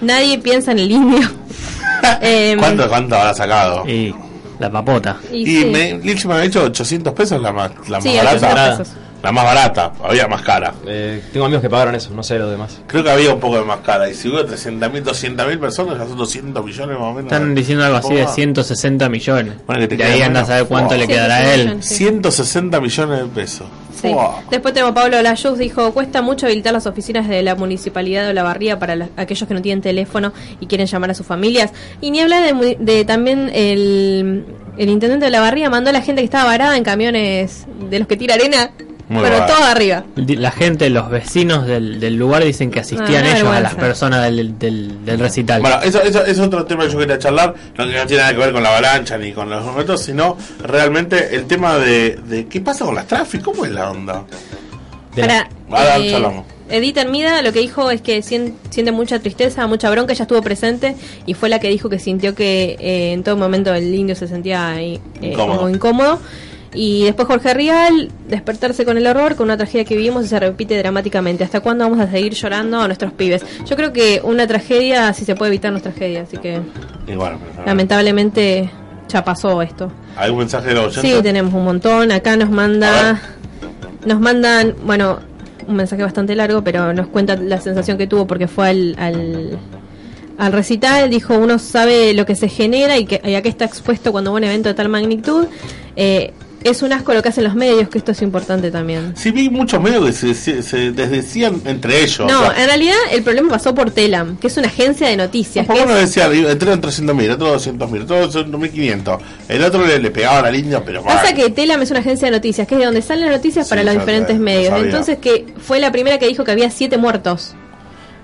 Speaker 7: Nadie piensa en el indio. Em, Eh,
Speaker 4: ¿Cuánto, ¿Cuánto habrá sacado? Y,
Speaker 6: Y la papota.
Speaker 7: sí.
Speaker 4: me, Lilch me había dicho 800 pesos la más, la
Speaker 7: Sí,
Speaker 4: más
Speaker 7: 800
Speaker 4: barata.
Speaker 7: pesos.
Speaker 4: La más barata, había más cara.
Speaker 5: eh, tengo amigos que pagaron eso, no sé los demás.
Speaker 4: Creo que había un poco de más cara. Y si hubo 300.000, 200.000 personas, ya son 200 millones más o menos.
Speaker 6: Están diciendo algo así de
Speaker 4: Toma.
Speaker 6: 160 millones.
Speaker 4: Bueno, que te
Speaker 6: de ahí
Speaker 4: queda
Speaker 6: anda a
Speaker 4: menos.
Speaker 6: saber cuánto
Speaker 4: Wow.
Speaker 6: le quedará a él.
Speaker 4: 160 millones de pesos.
Speaker 7: Sí.
Speaker 4: Fua.
Speaker 7: Después tenemos a Pablo Layuz, dijo, cuesta mucho habilitar las oficinas de la municipalidad o la barría para la- aquellos que no tienen teléfono y quieren llamar a sus familias. Y ni habla de, mu- de también el, el intendente de la barría mandó a la gente que estaba varada en camiones de los que tira arena,
Speaker 4: Muy
Speaker 7: pero
Speaker 4: bárbaro.
Speaker 7: todo arriba.
Speaker 6: Di- La gente, los vecinos del, del lugar dicen que
Speaker 7: Ah,
Speaker 6: asistían
Speaker 7: una
Speaker 6: ellos a las
Speaker 7: vergüenza.
Speaker 6: personas del, del, del recital.
Speaker 4: Bueno, eso, eso es otro tema que yo quería charlar, no, que no tiene nada que ver con la avalancha ni con los momentos, sino realmente el tema de, de qué pasa con las tráficas, cómo es la onda.
Speaker 5: De la-
Speaker 7: Para,
Speaker 4: Ahora charlamos.
Speaker 7: eh, Edith Hermida lo que dijo es que sien- siente mucha tristeza, mucha bronca, ella estuvo presente y fue la que dijo que sintió que eh, en todo momento el indio se sentía ahí, eh,
Speaker 4: Incómodo.
Speaker 7: como incómodo. Y después Jorge Rial, despertarse con el horror, con una tragedia que vivimos y se repite dramáticamente. ¿Hasta cuándo vamos a seguir llorando a nuestros pibes? Yo creo que una tragedia, si se puede evitar, no es tragedia, así que
Speaker 4: Y bueno,
Speaker 5: Ah.
Speaker 4: pero-
Speaker 7: lamentablemente ya pasó esto.
Speaker 4: ¿Hay un mensaje de los
Speaker 7: Sí, tenemos un montón. Acá nos
Speaker 4: A
Speaker 7: manda. Nos mandan, bueno, un mensaje bastante largo, pero nos cuenta la sensación que tuvo porque fue al, al, al recital. Dijo: uno sabe lo que se genera y, que, y a qué está expuesto cuando va a un evento de tal magnitud. Eh, es un asco lo que hacen los medios, que esto es importante también.
Speaker 4: Sí, vi muchos medios que se, se- se desdecían entre ellos.
Speaker 7: No,
Speaker 4: o sea,
Speaker 7: en realidad el problema pasó por Telam, que es una agencia de noticias.
Speaker 4: ¿Por
Speaker 7: que
Speaker 4: qué no
Speaker 7: es-
Speaker 4: decía? Entré en 300.000, otro 200.000, otro 200.500. El otro le, le pegaba la línea, pero mal.
Speaker 7: Pasa que Telam es una agencia de noticias, que es de donde salen las noticias
Speaker 4: Sí,
Speaker 7: para los
Speaker 4: ya
Speaker 7: diferentes
Speaker 4: sé, lo
Speaker 7: medios.
Speaker 4: sabía.
Speaker 7: Entonces que fue la primera que dijo que había siete muertos.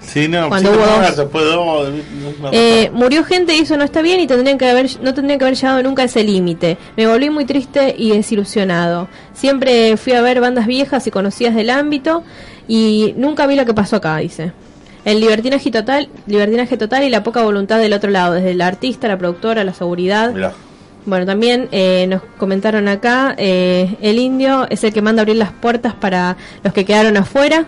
Speaker 4: Sí, no,
Speaker 7: cuando
Speaker 4: sí,
Speaker 7: hubo
Speaker 4: no,
Speaker 7: dos.
Speaker 4: después dos, no, no,
Speaker 7: Eh, murió gente y eso no está bien y tendrían que haber, no tendrían que haber llegado nunca a ese límite. Me volví muy triste y desilusionado. Siempre fui a ver bandas viejas y conocidas del ámbito y nunca vi lo que pasó acá, dice. El libertinaje total, libertinaje total y la poca voluntad del otro lado, desde la artista, la productora, la seguridad.
Speaker 4: Mirá.
Speaker 7: Bueno, también eh, nos comentaron acá, eh, el indio es el que manda abrir las puertas para los que quedaron afuera.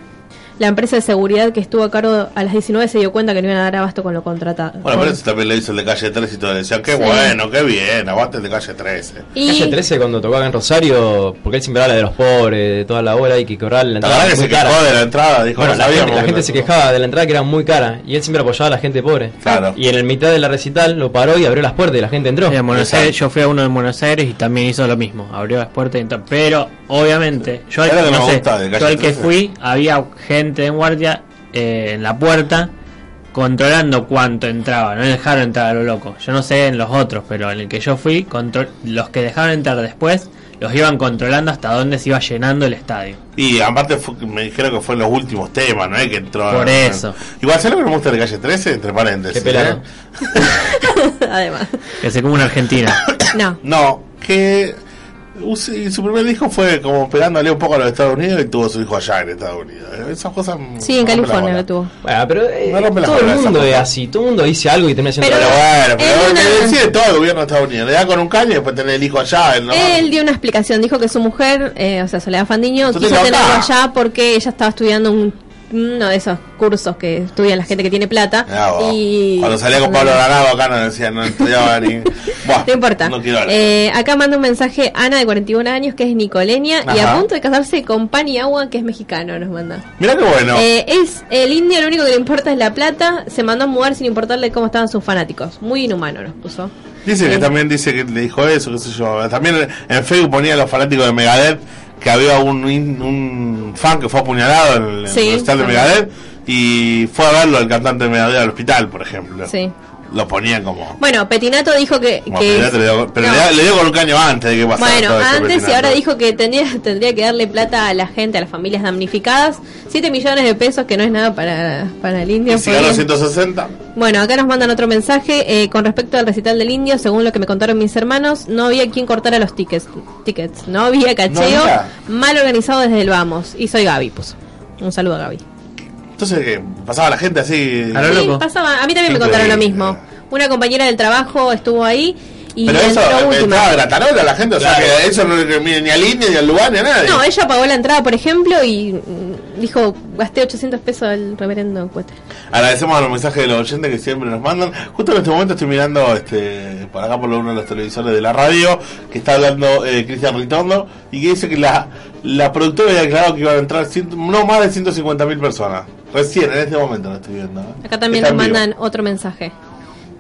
Speaker 7: La empresa de seguridad que estuvo a cargo a las 19 se dio cuenta que no iban a dar abasto con lo contratado.
Speaker 4: Bueno,
Speaker 7: con-
Speaker 4: pero eso también le hizo el de calle 13 y todo. Le decían, qué
Speaker 7: Sí.
Speaker 4: bueno, qué bien, aguante el de calle 13.
Speaker 7: Y-
Speaker 5: Calle 13 cuando tocó acá en Rosario, porque él siempre habla de los pobres, de toda la bola y que cobrar la
Speaker 4: La
Speaker 5: entrada
Speaker 4: verdad que
Speaker 5: muy
Speaker 4: se
Speaker 5: cara.
Speaker 4: quejó de la entrada, dijo,
Speaker 5: Bueno,
Speaker 4: no
Speaker 5: la
Speaker 4: sabíamos.
Speaker 5: gente, la
Speaker 4: que
Speaker 5: gente
Speaker 4: no-
Speaker 5: se quejaba de la entrada que era muy cara y él siempre apoyaba a la gente pobre.
Speaker 4: Claro.
Speaker 5: Y en el mitad de la recital lo paró y abrió las puertas y la gente entró.
Speaker 6: Sí, en Buenos
Speaker 4: Exacto.
Speaker 6: Aires, yo fui a uno en Buenos Aires y también hizo lo mismo, abrió las puertas y entró. Pero obviamente, yo al,
Speaker 4: Era lo que
Speaker 6: no
Speaker 4: me
Speaker 6: sé,
Speaker 4: gusta de Calle
Speaker 6: yo al que
Speaker 4: 13.
Speaker 6: fui, había gente en guardia eh, en la puerta controlando cuánto entraba, no dejaron entrar a lo loco. Yo no sé en los otros, pero en el que yo fui, contro- los que dejaron entrar después, los iban controlando hasta dónde se iba llenando el estadio.
Speaker 4: Y aparte fue- me dijeron que fue en los últimos temas, ¿no? es Que entró.
Speaker 6: Por eso.
Speaker 4: Igual, ¿sabes lo que no me gusta de calle 13? Entre
Speaker 5: Qué
Speaker 4: paréntesis.
Speaker 5: pelado.
Speaker 4: ¿eh?
Speaker 7: Además.
Speaker 6: Que se como una Argentina.
Speaker 7: No.
Speaker 4: No, que us- y su primer disco fue como pegándole un poco a los Estados Unidos y tuvo su hijo allá en Estados Unidos. Esas cosas.
Speaker 7: Sí,
Speaker 4: no me
Speaker 7: en
Speaker 4: la
Speaker 7: California
Speaker 4: bola.
Speaker 7: lo tuvo.
Speaker 5: Bueno, pero eh,
Speaker 4: No rompe las
Speaker 5: todo el
Speaker 4: bolas esas
Speaker 5: mundo es
Speaker 4: cosas.
Speaker 5: así, todo el mundo dice algo y termina siendo
Speaker 4: Pero
Speaker 7: Pero-
Speaker 4: bueno,
Speaker 7: Él
Speaker 4: pero lo que
Speaker 7: una-
Speaker 4: decide todo el gobierno de Estados Unidos. Le da con un caño y después tener el hijo allá. él no-
Speaker 7: Él dio una explicación, dijo que su mujer, eh, o sea, Soledad Fandiño,
Speaker 4: Entonces
Speaker 7: quiso
Speaker 4: la
Speaker 7: tenerlo
Speaker 4: otra.
Speaker 7: allá porque ella estaba estudiando un- uno de esos cursos que estudian la gente que tiene plata.
Speaker 4: Ah, vos.
Speaker 7: y
Speaker 4: Cuando salía con Pablo Danado acá no decía, no estudiaba ni. Buah,
Speaker 7: No importa.
Speaker 4: No quiero hablar.
Speaker 7: Eh, acá manda un mensaje Ana de 41 años, que es nicoleña, y
Speaker 4: Ajá.
Speaker 7: a punto de casarse con Pan y Agua, que es mexicano, nos manda.
Speaker 4: Mirá qué bueno.
Speaker 7: Eh, es el indio, lo único que le importa es la plata, se mandó a mudar sin importarle cómo estaban sus fanáticos. Muy inhumano nos puso. Eh,
Speaker 4: Dice que
Speaker 7: Sí.
Speaker 4: también dice que le dijo eso, qué sé yo. También en Facebook ponía a los fanáticos de Megadeth que había un, in- un fan que fue apuñalado en el
Speaker 7: Sí,
Speaker 4: hospital de
Speaker 7: también.
Speaker 4: Megadeth y fue a verlo el cantante de Megadeth al hospital, por ejemplo.
Speaker 7: Sí.
Speaker 4: Lo ponían como...
Speaker 7: Bueno, Petinato dijo que...
Speaker 4: como
Speaker 7: que-
Speaker 4: Megadeth le dio- pero
Speaker 7: No.
Speaker 4: le, da- le dio con un caño antes de que pasara
Speaker 7: Bueno,
Speaker 4: todo este esto,
Speaker 7: antes y
Speaker 4: Petinato.
Speaker 7: ahora dijo que tendría, tendría que darle plata a la gente, a las familias damnificadas. 7 millones de pesos, que no es nada para, para el indio.
Speaker 4: Y
Speaker 7: fue
Speaker 4: si ganó
Speaker 7: bien.
Speaker 4: 160...
Speaker 7: Bueno, acá nos mandan otro mensaje eh, con respecto al recital del indio. Según lo que me contaron mis hermanos, no había quien cortara los tickets. tickets no había cacheo,
Speaker 4: No había.
Speaker 7: mal organizado desde el vamos. Y soy Gaby, puso. Un saludo a Gaby.
Speaker 4: Entonces, ¿qué? Pasaba la gente así...
Speaker 6: A lo
Speaker 7: Sí,
Speaker 6: loco.
Speaker 7: pasaba. A mí también me
Speaker 4: Increíble.
Speaker 7: contaron lo mismo. Una compañera del trabajo estuvo ahí y
Speaker 4: eh. pero eso, eh,
Speaker 7: entró última.
Speaker 4: estaba gratarola la gente, o sea, que eso no le mide ni al indio, ni al lugar, ni a nadie.
Speaker 7: No, ella pagó la entrada, por ejemplo, y mm, dijo, gasté 800 pesos al reverendo cuate.
Speaker 4: Agradecemos a los mensajes de los oyentes que siempre nos mandan. Justo en este momento estoy mirando este por acá por uno de los televisores de la radio que está hablando eh, Cristian Ritondo y que dice que la, la productora había declarado que iban a entrar ciento- no más de 150 mil personas. Recién, en este momento lo estoy viendo. ¿eh?
Speaker 7: Acá también
Speaker 4: Está
Speaker 7: nos
Speaker 4: en vivo.
Speaker 7: mandan otro mensaje.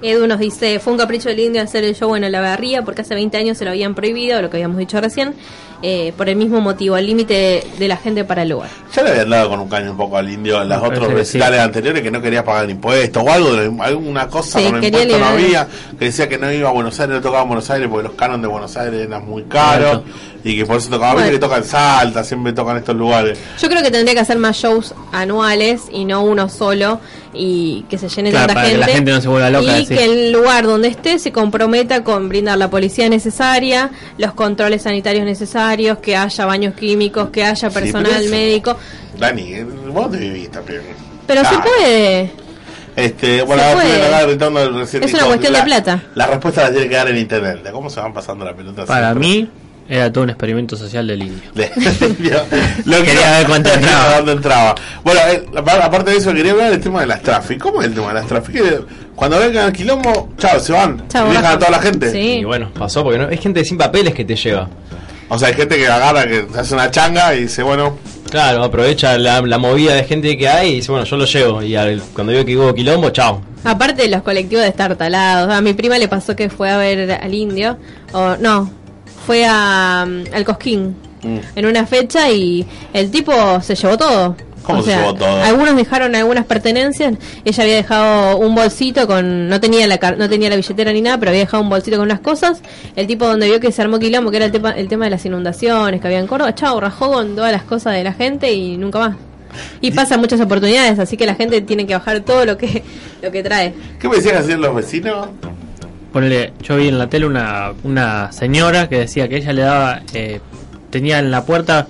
Speaker 7: Edu nos dice, fue un capricho del indio hacer el show en Olavarría porque hace 20 años se lo habían prohibido, lo que habíamos dicho recién, eh, por el mismo motivo, al límite de la gente para el lugar.
Speaker 4: Ya le habían dado con un caño un poco al indio en las
Speaker 6: Me
Speaker 4: otros
Speaker 6: parece que sí.
Speaker 4: recitales anteriores que no quería pagar impuestos o algo, de- alguna cosa
Speaker 7: Sí,
Speaker 4: con el
Speaker 7: quería
Speaker 4: impuesto no
Speaker 7: liberar.
Speaker 4: había, que decía que no iba a Buenos Aires, no tocaba en Buenos Aires porque los canos de Buenos Aires eran muy caros,
Speaker 6: Correcto.
Speaker 4: y que por eso tocaba, a veces
Speaker 7: Bueno.
Speaker 4: le tocan Salta, siempre tocan estos lugares.
Speaker 7: Yo creo que tendría que hacer más shows anuales y no uno solo y que se llene
Speaker 6: Claro,
Speaker 7: tanta
Speaker 6: para que
Speaker 7: gente.
Speaker 6: la gente no se vuelva loca,
Speaker 7: Y
Speaker 6: sí.
Speaker 7: que el lugar donde esté se comprometa con brindar la policía necesaria, los controles sanitarios necesarios, que haya baños químicos, que haya
Speaker 4: Sí, pero
Speaker 7: personal
Speaker 4: eso-
Speaker 7: médico.
Speaker 4: Dani, eh, vos te vivís también.
Speaker 7: Pero se
Speaker 4: Ah,
Speaker 7: puede.
Speaker 4: Este, bueno,
Speaker 7: se
Speaker 4: la
Speaker 7: puede.
Speaker 4: tienen acá gritando el recién
Speaker 7: Es una
Speaker 4: dicho,
Speaker 7: cuestión de
Speaker 4: la-
Speaker 7: plata.
Speaker 4: La respuesta la tiene que dar el intendente. ¿Cómo se van pasando la pelota?
Speaker 6: Para
Speaker 4: siempre?
Speaker 6: mí era todo un experimento social del indio.
Speaker 4: Le- lo
Speaker 6: Quería ver cuánto entraba.
Speaker 4: cuánto entraba. Bueno, eh, apar- aparte de eso, quería hablar del tema de las traffic. ¿Cómo es el tema de las traffic? Que Cuando vengan al quilombo, chao, se van.
Speaker 7: Chao,
Speaker 4: y dejan
Speaker 7: bajan.
Speaker 4: a toda la gente.
Speaker 7: Sí.
Speaker 5: Y bueno, pasó porque no, es gente sin papeles que te lleva.
Speaker 4: O sea, hay gente que agarra, que hace una changa y dice, bueno,
Speaker 5: Claro, aprovecha la, la movida de gente que hay y dice, bueno, yo lo llevo. Y al- cuando veo que hubo quilombo, chao.
Speaker 7: Aparte de los colectivos de estar talados. A mi prima le pasó que fue a ver al indio. O no, fue a, mm, al Cosquín. En una fecha y el tipo se llevó todo.
Speaker 4: ¿Cómo se llevó todo?
Speaker 7: Algunos dejaron algunas pertenencias. Ella había dejado un bolsito con. No tenía la car- no tenía la billetera ni nada, pero había dejado un bolsito con unas cosas. El tipo donde vio que se armó quilombo, que era el tema, el tema de las inundaciones que había en Córdoba. Chao, rajó con todas las cosas de la gente y nunca más. Y pasa muchas oportunidades, así que la gente tiene que bajar todo lo que, lo que trae.
Speaker 4: ¿qué me decían hacer los vecinos?
Speaker 6: Ponele, yo vi en la tele una, una señora que decía que ella le daba, eh, tenía en la puerta,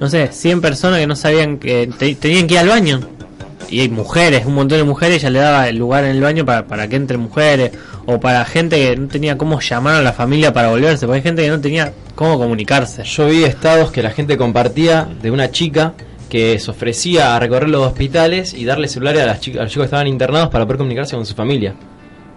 Speaker 6: no sé, 100 personas que no sabían que te- tenían que ir al baño. Y hay mujeres, un montón de mujeres, ella le daba el lugar en el baño para, para que entren mujeres, o para gente que no tenía cómo llamar a la familia para volverse, porque hay gente que no tenía cómo comunicarse.
Speaker 5: Yo vi estados que la gente compartía de una chica que se ofrecía a recorrer los hospitales y darle celulares a, las chicas, a los chicos que estaban internados para poder comunicarse con su familia.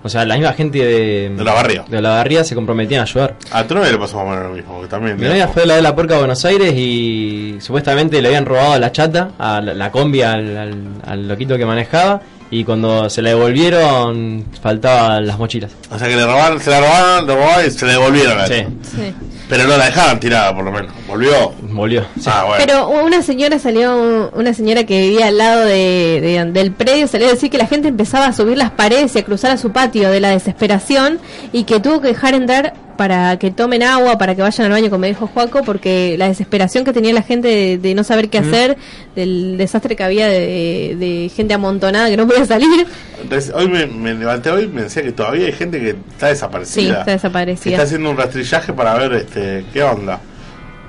Speaker 5: O sea, la misma gente de,
Speaker 4: De la barría.
Speaker 5: de la barría se comprometían a ayudar.
Speaker 4: A tu novia le pasó más o menos lo mismo, que también.
Speaker 5: Mi novia
Speaker 4: digamos.
Speaker 5: fue a la de la puerca a Buenos Aires y supuestamente le habían robado la chata, a la, la combi, al, al- al loquito que manejaba. Y cuando se la devolvieron, faltaban las mochilas.
Speaker 4: O sea, que le robaron, se la robaron, le robaron y se la devolvieron. a
Speaker 5: Sí,
Speaker 4: ella. Pero no la dejaron tirada, por lo menos. Volvió.
Speaker 5: volvió. sí.
Speaker 4: Ah, bueno.
Speaker 7: Pero una señora salió, una señora que vivía al lado de, de- del predio, salió a decir que la gente empezaba a subir las paredes y a cruzar a su patio de la desesperación y que tuvo que dejar entrar para que tomen agua, para que vayan al baño, como dijo Juaco, porque la desesperación que tenía la gente de, de no saber qué hacer, del desastre que había de, de gente amontonada que no podía salir.
Speaker 4: Entonces, hoy me, me levanté hoy y me decía que todavía hay gente que está desaparecida.
Speaker 7: Sí, está desaparecida.
Speaker 4: Que está haciendo un rastrillaje para ver este qué onda.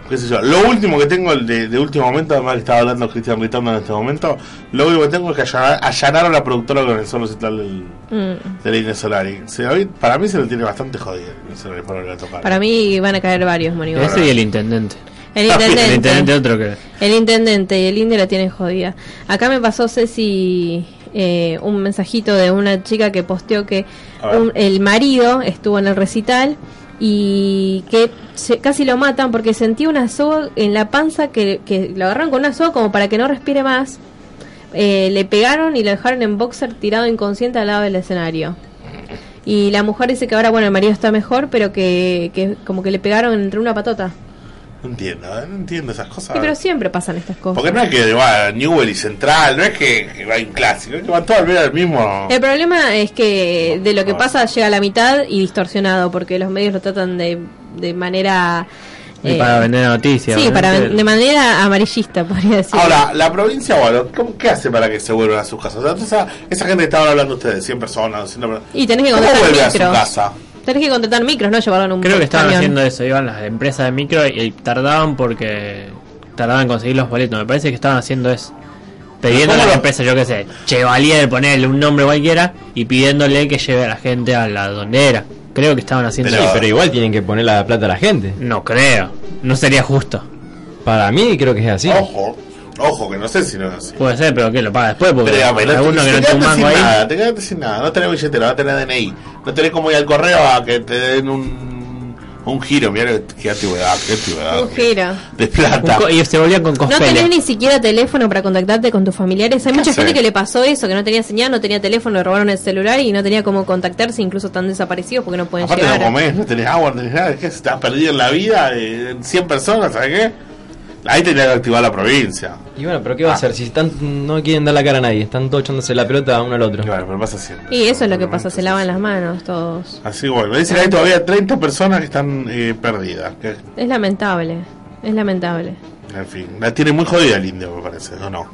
Speaker 4: Qué sé yo. Lo último que tengo el de, de último momento, además que estaba hablando Cristian Ritondo en este momento, lo único que tengo es que allanar- allanaron a la productora con el solo recital del,
Speaker 7: Mm,
Speaker 4: del Inés Solari. Se- hoy- para mí se lo tiene bastante jodido el Inés Solari para volver a tocar.
Speaker 7: Para mí van a caer varios monigotes.
Speaker 6: Ese y el intendente.
Speaker 7: El
Speaker 6: El intendente
Speaker 7: intendente.
Speaker 6: otro que...
Speaker 7: El intendente y el indio la tienen jodida. Acá me pasó Ceci eh, un mensajito de una chica que posteó que
Speaker 4: A ver.
Speaker 7: un- el marido estuvo en el recital y que se- casi lo matan porque sentía una soga en la panza que, que lo agarraron con una soga como para que no respire más. Eh, le pegaron y lo dejaron en boxer tirado inconsciente al lado del escenario. Y la mujer dice que ahora, bueno, el marido está mejor, pero que, que como que le pegaron entre una patota.
Speaker 4: No entiendo, eh, no entiendo esas cosas.
Speaker 7: Sí, pero siempre pasan estas cosas.
Speaker 4: Porque no es que va Newell y Central, no es que, que va en clásico, es que van todos al ver al mismo.
Speaker 7: El problema es que de lo que pasa llega a la mitad y distorsionado, porque los medios lo tratan de, de manera...
Speaker 6: Y
Speaker 7: eh,
Speaker 6: para vender noticias.
Speaker 7: sí,
Speaker 6: ¿no?
Speaker 7: para
Speaker 6: Que-
Speaker 7: ven- de manera amarillista, podría decir.
Speaker 4: Ahora, la provincia, bueno, ¿cómo- ¿qué hace para que se vuelvan a sus casas? O sea, toda esa, esa gente que estaban hablando ustedes, 100 personas, 200 personas.
Speaker 7: y tenés que
Speaker 4: ¿Cómo
Speaker 7: contratar
Speaker 4: vuelve a su
Speaker 7: micros.
Speaker 4: casa?
Speaker 7: Tenés que contratar micros, no llevarlo en un
Speaker 6: Creo que estaban
Speaker 7: camión.
Speaker 6: haciendo eso, iban las empresas de micro y, y tardaban porque tardaban en conseguir los boletos. Me parece que estaban haciendo eso. Pidiendo a
Speaker 4: ¿Cómo
Speaker 6: las
Speaker 4: lo-
Speaker 6: empresas, yo qué sé, Chevalier, ponerle un nombre cualquiera y pidiéndole que lleve a la gente a la donde era. Creo que estaban haciendo
Speaker 5: Sí,
Speaker 4: Pero-
Speaker 6: eso.
Speaker 5: pero igual tienen que poner la plata a la gente.
Speaker 6: No creo, no sería justo.
Speaker 5: Para mí creo que es así.
Speaker 4: Ojo, ojo, que no sé si no es así.
Speaker 6: Puede ser, pero que lo paga después porque
Speaker 4: Pero, digamos, no
Speaker 6: alguno
Speaker 4: te-
Speaker 6: que
Speaker 4: te
Speaker 6: no tiene un
Speaker 4: quedaste sin
Speaker 6: mango ahí.
Speaker 4: nada, te quedaste sin nada, no tenés billetera, no tenés DNI, no tenés como ir al correo a que te den un, un giro, mirá lo- qué antigüedad, qué antigüedad.
Speaker 7: Un giro.
Speaker 4: De
Speaker 6: Un
Speaker 4: plata.
Speaker 6: co- y se volvían con
Speaker 7: No
Speaker 6: cosplay.
Speaker 7: tenés ni siquiera teléfono para contactarte con tus familiares. Hay mucha
Speaker 4: Sí.
Speaker 7: gente que le pasó eso, que no tenía señal, no tenía teléfono, le robaron el celular y no tenía cómo contactarse, incluso están desaparecidos porque no pueden
Speaker 4: Aparte
Speaker 7: llegar.
Speaker 4: no comés, no tenés agua, no tenés nada, ¿qué? Estás perdido en la vida de 100 personas, ¿sabes qué? Ahí tenía que activar la provincia.
Speaker 5: Y bueno, pero ¿qué va a hacer? Si están, no quieren dar la cara a nadie, están todos echándose la pelota uno al otro.
Speaker 4: Claro, pero pasa siempre.
Speaker 7: Y eso es lo que pasa, se lavan las manos todos.
Speaker 4: Así bueno, dicen que hay todavía 30 personas que están eh, perdidas. que,
Speaker 7: Es lamentable, es lamentable.
Speaker 4: en fin, la tiene muy jodida el indio, me parece, ¿o no?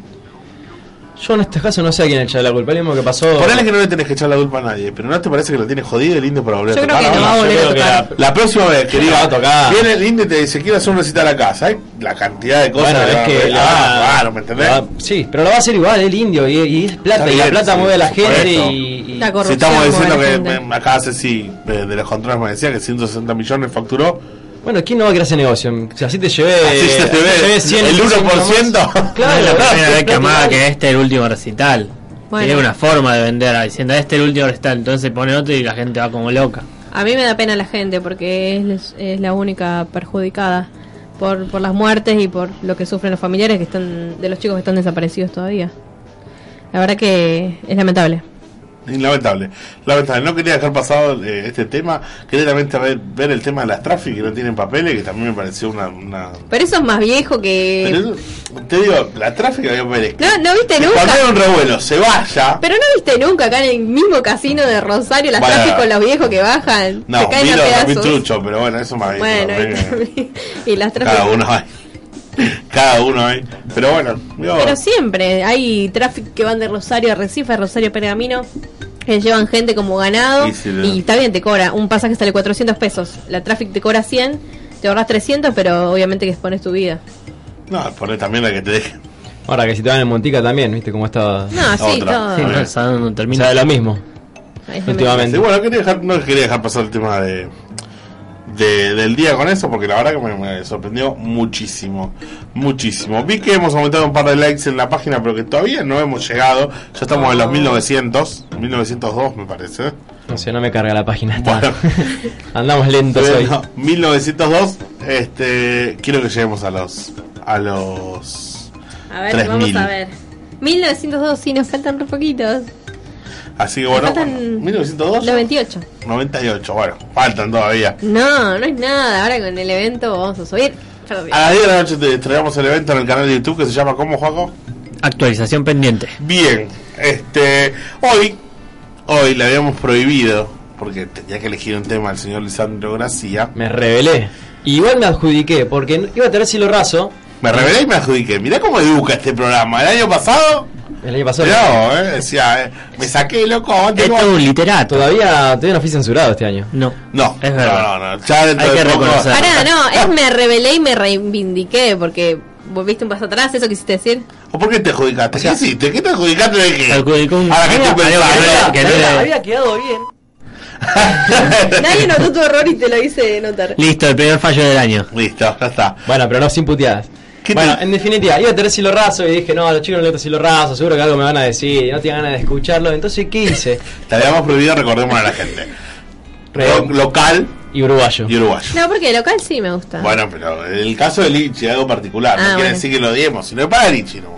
Speaker 5: Yo en este caso no sé a quién echarle la culpa, lo mismo que pasó.
Speaker 4: Ponele que no le tenés que echar la culpa a nadie, pero ¿no te parece que lo tiene jodido el indio para volver
Speaker 7: Yo
Speaker 4: a
Speaker 7: creo
Speaker 4: tocar? Ah,
Speaker 7: que no
Speaker 4: ahora?
Speaker 7: va a volver
Speaker 5: creo
Speaker 7: a
Speaker 5: que
Speaker 7: tocar.
Speaker 4: La próxima vez, querido,
Speaker 5: va a tocar.
Speaker 4: viene el indio y te dice, quiero hacer un recital acá. ¿Sabes la cantidad de cosas
Speaker 5: Bueno,
Speaker 4: le
Speaker 5: es
Speaker 4: va a-
Speaker 5: que
Speaker 4: le
Speaker 5: la
Speaker 4: va a
Speaker 5: va-
Speaker 4: pagar, ¿me entendés?
Speaker 5: la va- sí, pero lo va a hacer igual, el indio, y, y es plata,
Speaker 4: Está
Speaker 5: y la
Speaker 4: bien,
Speaker 5: plata
Speaker 4: sí,
Speaker 5: mueve a la
Speaker 4: por supuesto.
Speaker 5: gente y, y-
Speaker 7: La
Speaker 4: Si
Speaker 7: corrupción.
Speaker 4: estamos diciendo
Speaker 7: mueve
Speaker 4: que
Speaker 7: gente.
Speaker 4: me- acá hace sí, de, de los controles me decía que 160 millones facturó.
Speaker 5: Bueno, ¿quién no va a querer ese negocio? Si así te llevé,
Speaker 4: Así se te ve,
Speaker 5: llevé 100,
Speaker 4: el 1%.
Speaker 5: más.
Speaker 6: No
Speaker 5: Claro,
Speaker 6: es la primera vez que
Speaker 5: plata
Speaker 6: amaba
Speaker 5: igual.
Speaker 6: que este es el último recital.
Speaker 7: Bueno.
Speaker 6: Tiene una forma de vender diciendo este es el último recital, entonces pone otro y la gente va como loca.
Speaker 7: A mí me da pena la gente porque es, es la única perjudicada por, por las muertes y por lo que sufren los familiares que están de los chicos que están desaparecidos todavía. La verdad que es lamentable.
Speaker 4: Y Lamentable, lamentable. No quería dejar pasado eh, este tema. Quería también ver, ver el tema de las traffic que no tienen papeles, que también me pareció una. una-
Speaker 7: Pero eso es más viejo
Speaker 4: Pero
Speaker 7: que...
Speaker 4: eso- te digo, la traffic había papeles.
Speaker 7: No, no viste
Speaker 4: Que
Speaker 7: nunca.
Speaker 4: cuando hay un revuelo, se vaya.
Speaker 7: Pero no viste nunca acá en el mismo casino de Rosario las
Speaker 4: Bueno.
Speaker 7: trajes con los viejos que bajan, se
Speaker 4: No,
Speaker 7: caen a
Speaker 4: Milo también
Speaker 7: pedazos.
Speaker 4: trucho, pero bueno, eso me había-
Speaker 7: Bueno,
Speaker 4: me-
Speaker 7: y también- y las trajes.
Speaker 4: Cada uno hay. Cada uno hay. Pero bueno, yo-
Speaker 7: Pero siempre hay tráfico que van de Rosario a Recife, Rosario a Pergamino, que llevan gente como ganado
Speaker 4: Y
Speaker 7: y,
Speaker 4: si le-
Speaker 7: está bien, te cobra. Un pasaje sale 400 pesos, la tráfico te cobra 100, te ahorras 300, pero obviamente que expones tu vida.
Speaker 4: No, poner también la que te deje.
Speaker 5: Ahora que si te van en Montica también, ¿viste cómo estaba?
Speaker 7: No, así
Speaker 4: Otra.
Speaker 7: todo.
Speaker 6: Sí,
Speaker 4: bien.
Speaker 6: no, el sábado no
Speaker 5: O
Speaker 6: termina.
Speaker 5: sea, de lo mismo,
Speaker 7: Es
Speaker 4: Sí,
Speaker 5: últimamente.
Speaker 4: bueno, quería dejar, no quería dejar pasar el tema de, de- del día con eso, porque la verdad que me, me sorprendió muchísimo. Muchísimo. Vi que hemos aumentado un par de likes en la página, pero que todavía no hemos llegado. Ya estamos en los 1900, 1902 me parece.
Speaker 5: No sé, no me carga la página. está-
Speaker 4: Bueno.
Speaker 5: Andamos lentos hoy.
Speaker 4: Bueno, 1902, este, quiero que lleguemos a los... A los
Speaker 7: A ver,
Speaker 4: 3000.
Speaker 7: vamos a ver. 1902, sí, nos faltan re poquitos.
Speaker 4: así que bueno,
Speaker 7: Faltan
Speaker 4: bueno, 1902,
Speaker 7: Los 28.
Speaker 4: 98, bueno, faltan todavía.
Speaker 7: No, no es nada. Ahora con el evento vamos a subir. Perdón.
Speaker 4: A las 10 de la noche te estrenamos el evento en el canal de YouTube que se llama ¿Cómo, Juaco?
Speaker 6: Actualización pendiente.
Speaker 4: Bien, este, hoy, hoy le habíamos prohibido, porque tenía que elegir un tema al señor Lisandro Gracia.
Speaker 5: Me rebelé. Y igual me adjudiqué, porque iba a tener silo raso.
Speaker 4: Me revelé y me adjudiqué. Mirá cómo educa este programa. El año pasado,
Speaker 5: El año pasado.
Speaker 4: mirá, vos, eh, decía, eh, me saqué loco.
Speaker 6: Esto
Speaker 4: tengo-
Speaker 6: es un literato.
Speaker 5: Todavía, todavía no fui censurado este año.
Speaker 6: No.
Speaker 4: No,
Speaker 6: Es
Speaker 4: no,
Speaker 6: verdad.
Speaker 4: no, no, ya dentro
Speaker 6: Hay
Speaker 4: de
Speaker 6: que
Speaker 4: poco-
Speaker 6: reconocer.
Speaker 7: Pará,
Speaker 4: ah.
Speaker 7: no, es me rebelé y me reivindiqué porque volviste un paso atrás, ¿eso quisiste decir?
Speaker 4: ¿O ¿Por qué te adjudicaste? ¿Qué hiciste? ¿Qué te adjudicaste de qué?
Speaker 6: Adjudicó un-
Speaker 4: Ahora que estoy
Speaker 6: Había-
Speaker 4: pensando.
Speaker 6: Que no era-
Speaker 5: quedado bien.
Speaker 7: Nadie notó tu error y te lo hice notar.
Speaker 6: Listo, el primer fallo del año.
Speaker 4: Listo, ya está.
Speaker 5: Bueno, pero no sin puteadas.
Speaker 4: ¿Qué
Speaker 5: Bueno,
Speaker 4: te-
Speaker 5: en definitiva, iba a tener silo raso y dije, no, a los chicos no les gusta silo raso, seguro que algo me van a decir, no tienen ganas de escucharlo. Entonces, ¿qué hice?
Speaker 4: Te habíamos prohibido, recordemos a la gente.
Speaker 5: Re-
Speaker 4: Lo- local
Speaker 5: y uruguayo.
Speaker 4: y uruguayo.
Speaker 7: No, porque local sí me gusta.
Speaker 4: Bueno, pero el caso de Lichi es algo particular.
Speaker 7: Ah,
Speaker 4: no quiere
Speaker 7: bueno.
Speaker 4: decir que lo odiemos, sino para Lichi. ¿no?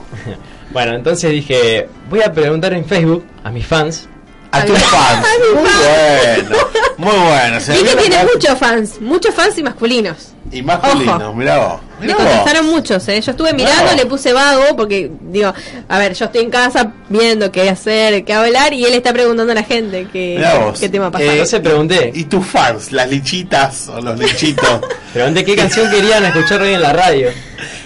Speaker 5: Bueno, entonces dije, voy a preguntar en Facebook a mis fans.
Speaker 4: A tus fans. Muy bueno. Muy bueno. se
Speaker 7: y que
Speaker 4: vio la
Speaker 7: tiene
Speaker 4: cara-
Speaker 7: muchos fans, muchos fans y masculinos.
Speaker 4: Y masculinos,
Speaker 7: Ojo.
Speaker 4: mirá vos.
Speaker 7: Me
Speaker 4: Mirá vos.
Speaker 7: contestaron muchos, ¿eh? Yo estuve mirando,
Speaker 4: Bravo.
Speaker 7: le puse vago porque, digo, a ver, yo estoy en casa viendo qué hacer, qué hablar y él está preguntando a la gente qué,
Speaker 4: Mirá vos.
Speaker 7: qué tema pasar.
Speaker 4: Eh,
Speaker 5: Entonces pregunté,
Speaker 4: Y tus fans, las lichitas o los lichitos.
Speaker 5: pregunté qué canción querían escuchar hoy en la radio.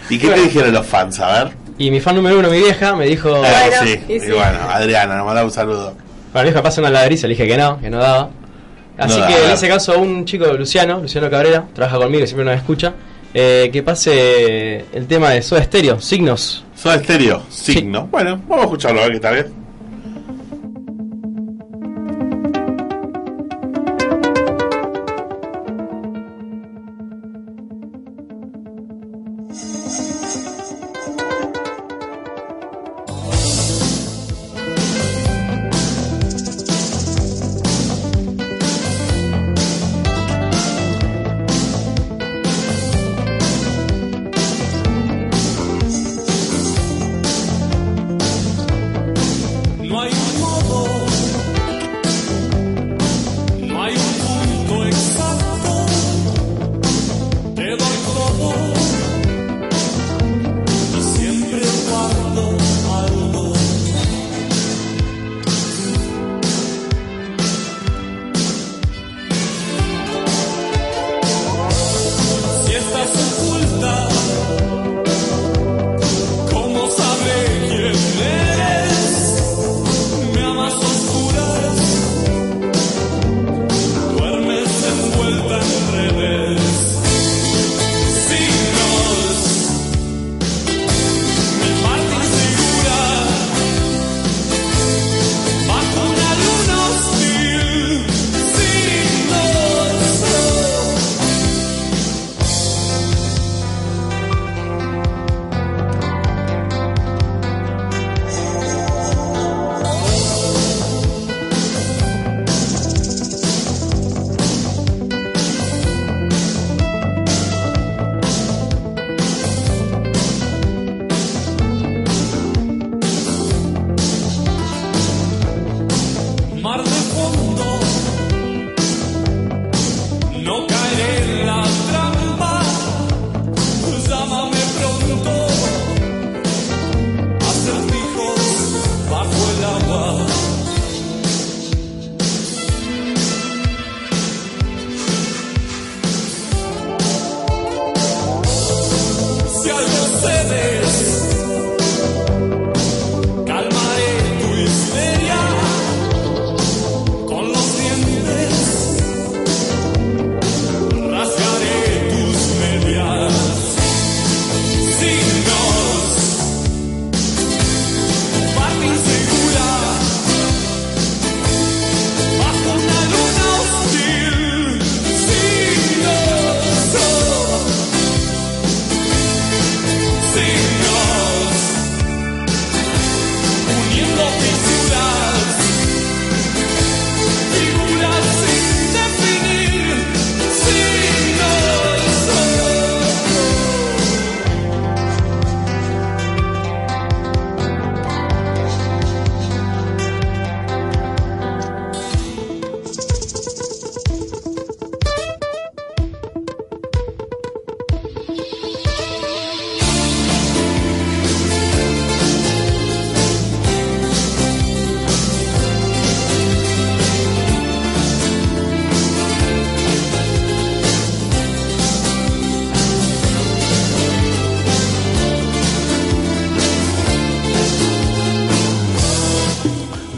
Speaker 4: ¿Y qué te dijeron los fans? A ver.
Speaker 5: Y mi fan número uno, mi vieja, me dijo,
Speaker 4: Eh,
Speaker 7: bueno,
Speaker 4: sí.
Speaker 7: y
Speaker 4: Y
Speaker 7: sí.
Speaker 4: bueno, Adriana, nos mandamos un saludo.
Speaker 5: Bueno, dijo, pasa una ladriza, le dije que no, que no daba. Así
Speaker 4: No
Speaker 5: que
Speaker 4: daba.
Speaker 5: le hice caso a un chico, Luciano, Luciano Cabrera, trabaja conmigo y siempre nos escucha, eh, que pase el tema de Soda Stereo, Signos.
Speaker 4: Soda Estéreo, signo. Bueno, vamos a escucharlo a ver qué tal ¿eh? es.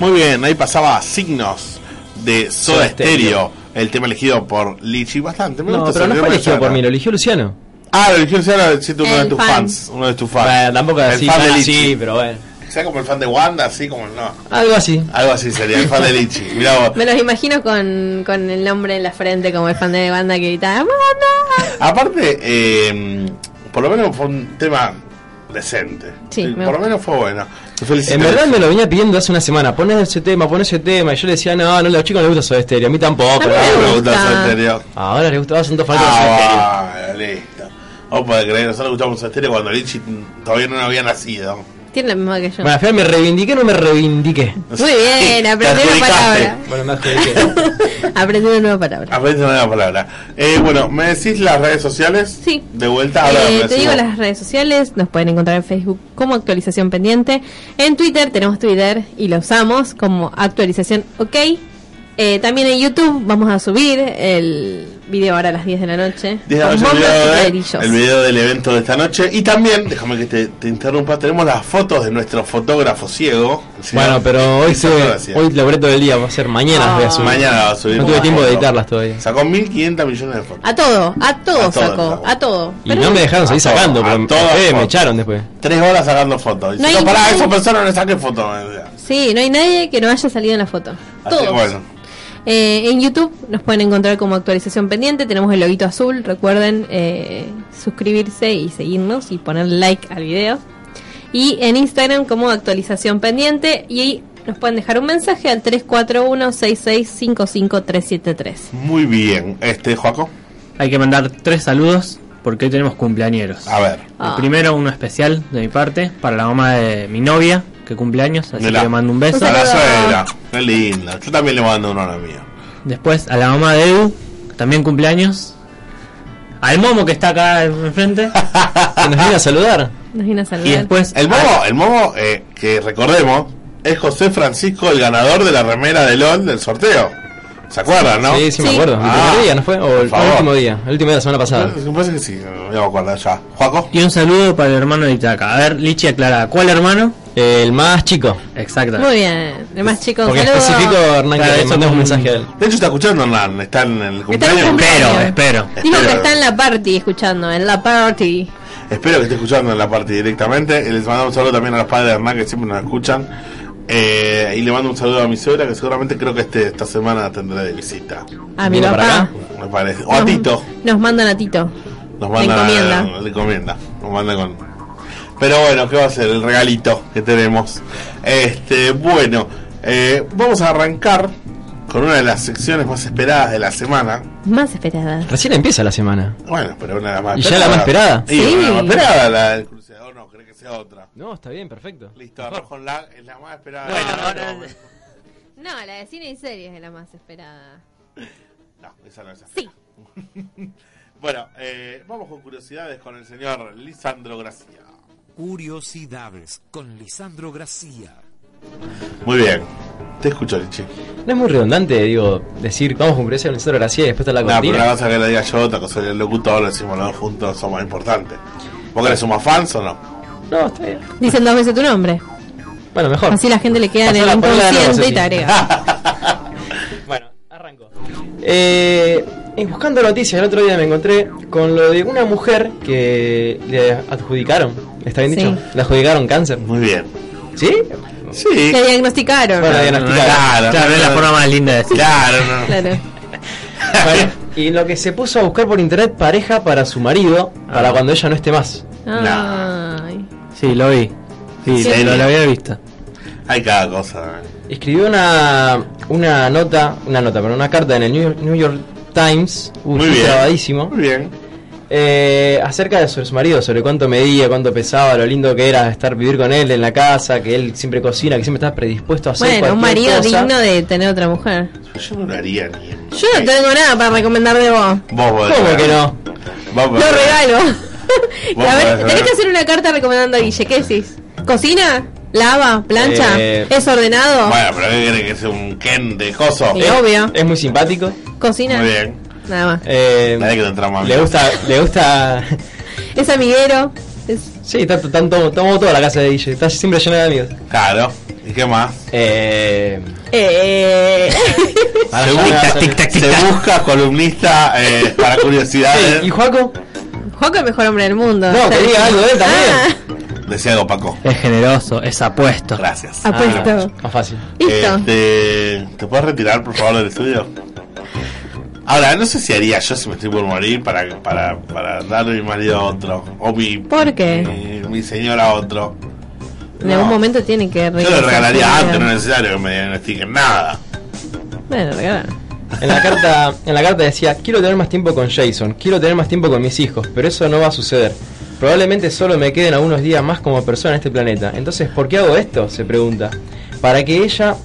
Speaker 4: Muy bien, ahí pasaba Signos de Soda
Speaker 5: Soda Stereo.
Speaker 4: Stereo, el tema elegido por Lichi bastante. me
Speaker 5: No,
Speaker 4: gusta
Speaker 5: pero
Speaker 4: ese
Speaker 5: no fue
Speaker 4: tema,
Speaker 5: elegido por
Speaker 4: Susana.
Speaker 5: mí, lo eligió Luciano.
Speaker 4: Ah, lo eligió Luciano, siento uno de
Speaker 7: El
Speaker 4: tus
Speaker 7: fan.
Speaker 4: fans. Uno de tus fans.
Speaker 5: Bueno, tampoco
Speaker 4: el
Speaker 5: así,
Speaker 4: fan
Speaker 5: tan
Speaker 4: de
Speaker 5: así,
Speaker 4: Lichi.
Speaker 5: pero bueno.
Speaker 4: ¿Sabes como el fan de Wanda? Así como no.
Speaker 5: Algo así.
Speaker 4: Algo así sería, el fan de Lichi. Mirá vos.
Speaker 7: Me los imagino con, con el nombre en la frente, como el fan de banda que grita ¡Banda!
Speaker 4: Aparte, eh, por lo menos fue un tema decente.
Speaker 7: Sí,
Speaker 4: por
Speaker 7: me
Speaker 4: lo
Speaker 7: gusta.
Speaker 4: menos fue bueno. Te felicito.
Speaker 5: En verdad me lo venía pidiendo hace una semana, poné ese tema, poné ese tema, y yo le decía, no, no, a los chicos no les gusta Soda Stereo, a mí tampoco.
Speaker 7: A
Speaker 5: no".
Speaker 7: mí me
Speaker 4: Ah, me
Speaker 7: gusta.
Speaker 4: gusta Soda Stereo.
Speaker 5: Ahora les gustaba, son dos fanáticos de Soda Stereo.
Speaker 4: Ah, bueno, listo. Vos podés creer, nosotros escuchamos Soda Stereo cuando Lichi todavía no había nacido.
Speaker 7: Tiene la misma que yo.
Speaker 5: Bueno, al final me reivindiqué o no me reivindiqué.
Speaker 7: Muy bien, aprendí
Speaker 4: Te
Speaker 7: una
Speaker 4: adjudicaste.
Speaker 7: palabra.
Speaker 5: Bueno, me adjudiqué.
Speaker 7: aprendí una nueva palabra.
Speaker 4: Aprendí una nueva palabra. Eh, bueno, ¿me decís las redes sociales?
Speaker 7: Sí.
Speaker 4: De vuelta, ahora
Speaker 7: Eh,
Speaker 4: me
Speaker 7: te
Speaker 4: decís
Speaker 7: digo
Speaker 4: vos.
Speaker 7: las redes sociales, nos pueden encontrar en Facebook como actualización pendiente. En Twitter tenemos Twitter y lo usamos como actualización ok. Eh, también en YouTube vamos a subir el video ahora a las 10 de la noche.
Speaker 4: Diez de la
Speaker 7: con
Speaker 4: noche, el
Speaker 7: bombas
Speaker 4: video
Speaker 7: y
Speaker 4: de-
Speaker 7: ladrillos.
Speaker 4: el video del evento de esta noche. Y también, déjame que te, te interrumpa, tenemos las fotos de nuestro fotógrafo ciego. el señor
Speaker 5: Bueno, pero hoy
Speaker 4: Cristo
Speaker 5: sube,
Speaker 4: Gracia.
Speaker 5: hoy logré todo el día, va a ser mañana las voy a subir.
Speaker 4: Ah. Mañana va a subir.
Speaker 5: No
Speaker 4: una
Speaker 5: tuve tiempo de
Speaker 4: foto.
Speaker 5: editarlas todavía.
Speaker 4: Sacó 1.500 millones de fotos.
Speaker 7: A todo, a todo
Speaker 4: A todo,
Speaker 7: sacó,
Speaker 4: sacó.
Speaker 7: a todo.
Speaker 5: Y
Speaker 7: Pero
Speaker 5: no me dejaron
Speaker 4: a
Speaker 5: seguir
Speaker 4: todo,
Speaker 5: sacando,
Speaker 4: a
Speaker 5: porque
Speaker 4: todas
Speaker 5: eh, me
Speaker 4: fotos.
Speaker 5: echaron después.
Speaker 4: Tres horas sacando fotos. Y
Speaker 7: No
Speaker 4: si no,
Speaker 7: hay
Speaker 4: pará,
Speaker 7: ningún-
Speaker 4: esa persona no le saque fotos. me decía.
Speaker 7: Sí, no hay nadie que no haya salido en la foto.
Speaker 4: Así
Speaker 7: Todos.
Speaker 4: que bueno.
Speaker 7: Eh, en YouTube nos pueden encontrar como actualización pendiente. Tenemos el loguito azul. Recuerden eh, suscribirse y seguirnos y poner like al video. Y en Instagram como actualización pendiente. Y ahí nos pueden dejar un mensaje al 341-6655-373.
Speaker 4: Muy bien. Este, Joaco.
Speaker 6: Hay que mandar tres saludos porque hoy tenemos cumpleañeros.
Speaker 4: A ver.
Speaker 6: El primero, uno especial de mi parte, para la mamá de mi novia, que cumpleaños, así
Speaker 4: Mirá.
Speaker 6: que le mando un beso.
Speaker 7: Un
Speaker 4: A la
Speaker 7: saludo.
Speaker 4: suegra. Qué linda. Yo también le mando uno a la mía.
Speaker 6: Después a la mamá de Edu, que también cumpleaños. Al momo que está acá enfrente.
Speaker 5: Que nos viene a saludar.
Speaker 7: Nos viene a saludar.
Speaker 6: y después
Speaker 4: El momo, el momo eh, que recordemos, es José Francisco, el ganador de la remera de LOL del sorteo. ¿Se acuerdan, no?
Speaker 5: Sí, sí, me
Speaker 7: Sí.
Speaker 5: acuerdo. ¿El
Speaker 4: Ah,
Speaker 5: primer día no fue?
Speaker 4: por
Speaker 5: O el, no, el
Speaker 4: favor.
Speaker 5: último día, el último día de la semana pasada.
Speaker 4: Me parece que sí, no me acuerdo ya. ¿Juaco?
Speaker 6: Y un saludo para el hermano de Itaca. A ver, Lichi aclara, ¿cuál hermano?
Speaker 5: El más chico.
Speaker 6: Exacto.
Speaker 7: Muy bien. El más chico, un
Speaker 5: Porque
Speaker 7: saludo.
Speaker 5: especifico Hernán
Speaker 6: Claro,
Speaker 5: que le
Speaker 6: eso
Speaker 5: mandé un
Speaker 6: con-
Speaker 5: mensaje a él.
Speaker 4: De hecho está escuchando Hernán, está en el
Speaker 7: Está en el
Speaker 4: cumpleaños.
Speaker 7: cumpleaños.
Speaker 6: Espero,
Speaker 5: eh.
Speaker 6: espero.
Speaker 7: Dijo que
Speaker 4: Espero.
Speaker 7: está en la party escuchando, en la party.
Speaker 4: Espero que esté escuchando en la parte directamente. Eh, Les mando un saludo también a los padres de Hernán que siempre nos escuchan. Eh, y le mando un saludo a mi suegra que seguramente creo que este, esta semana tendrá de visita.
Speaker 7: A Ah, mi
Speaker 5: ¿Viene para
Speaker 7: papá.
Speaker 5: acá?
Speaker 4: Me parece. O a Tito.
Speaker 7: Nos mandan a Tito.
Speaker 4: Nos manda
Speaker 7: encomienda.
Speaker 4: la encomienda. Nos manda con. Pero bueno, ¿qué va a ser? El regalito que tenemos. Este, bueno, eh, vamos a arrancar con una de las secciones más esperadas de la semana.
Speaker 7: Más esperadas.
Speaker 5: Recién empieza la semana.
Speaker 4: Bueno, pero una de las más
Speaker 5: ¿Y ya la más esperada?
Speaker 4: Sí,
Speaker 7: Sí.
Speaker 4: una de las más esperadas, la del cruciador, no, creo que sea otra.
Speaker 5: No, está bien, perfecto.
Speaker 4: Listo, rojo en la, es la más esperada.
Speaker 7: No, la de cine y series es la más esperada.
Speaker 4: No, esa no es esa.
Speaker 7: Sí.
Speaker 4: Bueno, eh, vamos con curiosidades con el señor Lisandro Gracia.
Speaker 1: Curiosidades con Lisandro García.
Speaker 4: Muy bien. Te escucho, Lichi.
Speaker 5: No es muy redundante, digo, decir, vamos a cumplir el centro Gracia y después está la
Speaker 4: No, pero una
Speaker 5: cortina.
Speaker 4: cosa que la diga yo, otra cosa que el locutor, lo decimos los dos juntos, son más importantes. ¿Vos querés más fans o no?
Speaker 5: No, está bien.
Speaker 7: Dicen dos veces tu nombre.
Speaker 5: Bueno, mejor.
Speaker 7: Así la gente le queda en el
Speaker 5: Pasala, ponela de nuevo,
Speaker 7: inconsciente
Speaker 5: Ceci.
Speaker 7: y te agrega.
Speaker 4: Ah,
Speaker 5: Bueno, arranco. Eh, en buscando noticias, el otro día me encontré con lo de una mujer que le adjudicaron, ¿está bien dicho?
Speaker 7: Sí.
Speaker 5: Le adjudicaron cáncer.
Speaker 4: Muy bien.
Speaker 5: ¿Sí?
Speaker 4: Sí.
Speaker 7: Le diagnosticaron.
Speaker 5: Bueno,
Speaker 6: No, no, no,
Speaker 4: Claro,
Speaker 6: claro,
Speaker 4: no,
Speaker 6: es la
Speaker 4: no.
Speaker 6: forma más linda de decir.
Speaker 4: Claro, no.
Speaker 7: Claro.
Speaker 5: Bueno, y lo que se puso a buscar por internet pareja para su marido,
Speaker 4: Ah.
Speaker 5: para cuando ella no esté más.
Speaker 7: Ay.
Speaker 6: Sí, lo vi. Sí,
Speaker 4: Sí.
Speaker 6: lo, lo había visto.
Speaker 4: Hay cada cosa. eh.
Speaker 5: Escribió una, una nota, una nota, pero una carta en el New, New York Times, uy,
Speaker 4: Muy
Speaker 5: estoy
Speaker 4: bien.
Speaker 5: trabadísimo,
Speaker 4: Muy bien.
Speaker 5: eh, acerca de su marido, sobre cuánto medía, cuánto pesaba, lo lindo que era estar vivir con él en la casa, que él siempre cocina, que siempre está predispuesto a hacer
Speaker 7: Bueno, un
Speaker 5: cualquier
Speaker 7: marido
Speaker 5: cosa.
Speaker 7: digno de tener otra mujer.
Speaker 4: Yo no lo haría ni en...
Speaker 7: Yo no tengo nada para recomendar de vos.
Speaker 4: Vos podés
Speaker 5: ¿Cómo
Speaker 4: hacer.
Speaker 5: que no?
Speaker 4: Vos
Speaker 7: Lo
Speaker 4: podés hacer.
Speaker 7: regalo. A
Speaker 4: podés
Speaker 7: ver, tenés
Speaker 4: ver.
Speaker 7: que hacer una carta recomendando a Guille. ¿Qué decís? ¿Cocina? ¿Lava? ¿Plancha?
Speaker 5: Eh.
Speaker 7: ¿Es ordenado?
Speaker 4: Bueno, pero ¿qué querés que sea un Ken de Joso?
Speaker 7: Sí. Obvio.
Speaker 5: Es muy simpático.
Speaker 7: ¿Cocina?
Speaker 4: Muy bien.
Speaker 7: Nada más.
Speaker 5: eh,
Speaker 4: Nadie que te entrama a mí.
Speaker 5: le gusta, le gusta,
Speaker 7: ¿Es amiguero? Es-
Speaker 5: Sí, está, está- está- estamos toda la casa de DJ. Está siempre llena de amigos.
Speaker 4: Claro. ¿Y qué más?
Speaker 5: Eh,
Speaker 7: eh,
Speaker 4: Se busca, se busca columnista eh, para curiosidades.
Speaker 5: ¿Y Juaco?
Speaker 7: Juaco es el mejor hombre del mundo. Ah.
Speaker 5: No,
Speaker 7: Está
Speaker 5: que diga
Speaker 7: bien.
Speaker 5: algo de él también.
Speaker 4: Decía algo, Paco.
Speaker 6: Es generoso, es apuesto.
Speaker 4: Gracias.
Speaker 7: Ah, apuesto.
Speaker 5: Más fácil.
Speaker 7: Listo.
Speaker 4: Este, ¿Te puedes retirar, por favor, del estudio? Ahora, no sé si haría yo si me estoy por morir para, para, para darle mi marido a otro. O mi.
Speaker 7: ¿Por qué?
Speaker 4: Mi, mi señora a otro.
Speaker 7: En algún
Speaker 4: eh, No.
Speaker 7: momento tiene que
Speaker 4: Yo le
Speaker 7: regresar
Speaker 4: regalaría
Speaker 7: su
Speaker 4: antes, no
Speaker 7: vida.
Speaker 4: es necesario que me diagnostiquen nada.
Speaker 7: Bueno, regalar.
Speaker 5: En la carta, en la carta decía, quiero tener más tiempo con Jason, quiero tener más tiempo con mis hijos, pero eso no va a suceder. Probablemente solo me queden algunos días más como persona en este planeta. Entonces, ¿por qué hago esto? se pregunta. Para que ella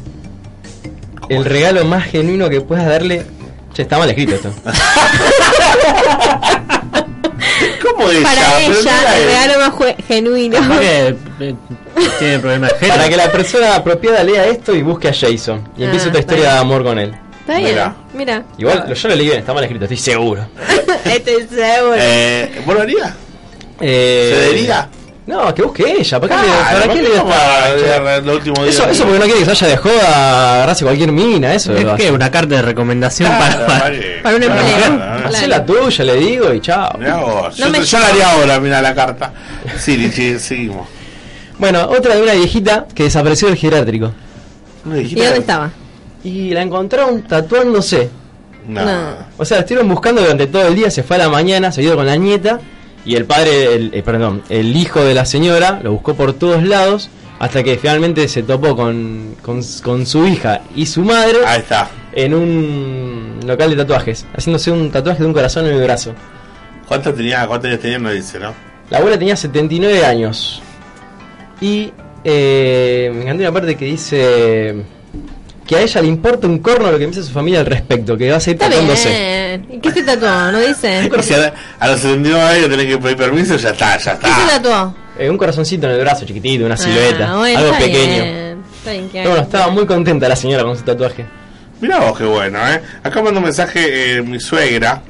Speaker 5: el regalo más genuino que puedas darle. Che, está mal escrito esto.
Speaker 4: ¿Cómo ella?
Speaker 7: Para
Speaker 4: Pero eh, no
Speaker 7: ella,
Speaker 4: era
Speaker 7: el
Speaker 4: él.
Speaker 7: regalo más jue- genuino.
Speaker 6: Capaz que, eh, tiene problemas de género.
Speaker 5: Para que la persona apropiada lea esto y busque a Jason. Y empiece
Speaker 7: Ah,
Speaker 5: otra historia
Speaker 7: bueno.
Speaker 5: de amor con él.
Speaker 7: Está bien,
Speaker 4: Mira.
Speaker 7: mira.
Speaker 5: Igual, lo- yo lo leí bien, está mal escrito, estoy seguro.
Speaker 7: Estoy seguro.
Speaker 4: Eh, ¿Volvería?
Speaker 5: Eh,
Speaker 4: ¿Cedería?
Speaker 5: No, que busque ella. ¿Para qué, le-
Speaker 4: Claro,
Speaker 5: para qué le
Speaker 4: ¿cómo va a
Speaker 5: está-
Speaker 4: llegar el último día?
Speaker 5: Eso, eso porque no quiere que se haya de joda, agarrarse cualquier mina, eso.
Speaker 6: Es
Speaker 5: lo hace.
Speaker 6: que una carta de recomendación
Speaker 4: Claro,
Speaker 6: para, para-
Speaker 4: vale.
Speaker 7: para una
Speaker 4: Claro,
Speaker 7: pelea.
Speaker 4: claro, claro.
Speaker 7: Claro.
Speaker 5: Hacé la tuya, le digo, y chao.
Speaker 4: Mirá vos.
Speaker 7: No
Speaker 4: yo,
Speaker 7: me-
Speaker 4: yo la haría ahora, mira la carta. Sí, Lichi, seguimos.
Speaker 5: Bueno, otra de una viejita que desapareció del geriátrico.
Speaker 7: ¿Y dónde estaba?
Speaker 5: Y la encontraron tatuándose.
Speaker 4: No.
Speaker 7: No.
Speaker 5: O sea, la estuvieron buscando durante todo el día, se fue a la mañana, se vio con la nieta. Y el padre, el, eh, perdón, el hijo de la señora lo buscó por todos lados. Hasta que finalmente se topó con, con, con su hija y su madre
Speaker 4: Ahí está.
Speaker 5: en un local de tatuajes, haciéndose un tatuaje de un corazón en el brazo.
Speaker 4: ¿Cuántos tenía? ¿Cuántos años tenía? No dice, ¿no?
Speaker 5: La abuela tenía 79 años. Y eh, me encantó una parte que dice que a ella le importa un corno lo que piensa su familia al respecto, que va a seguir
Speaker 7: Está
Speaker 5: tratándose.
Speaker 7: bien. ¿Y ¿Qué se tatuó? ¿No dice?
Speaker 4: Si a, a los 79 años tenés que pedir permiso, ya está, ya
Speaker 7: ¿Qué se
Speaker 4: está.
Speaker 7: tatuó?
Speaker 5: Eh, un corazoncito en el brazo, chiquitito, una silueta,
Speaker 7: Ah, bueno,
Speaker 5: algo
Speaker 7: está
Speaker 5: pequeño.
Speaker 7: bien. Está bien que
Speaker 5: Pero bueno,
Speaker 7: haga.
Speaker 5: estaba muy contenta la señora con su tatuaje.
Speaker 4: Mirá vos, qué bueno, ¿eh? Acá manda un mensaje eh, mi suegra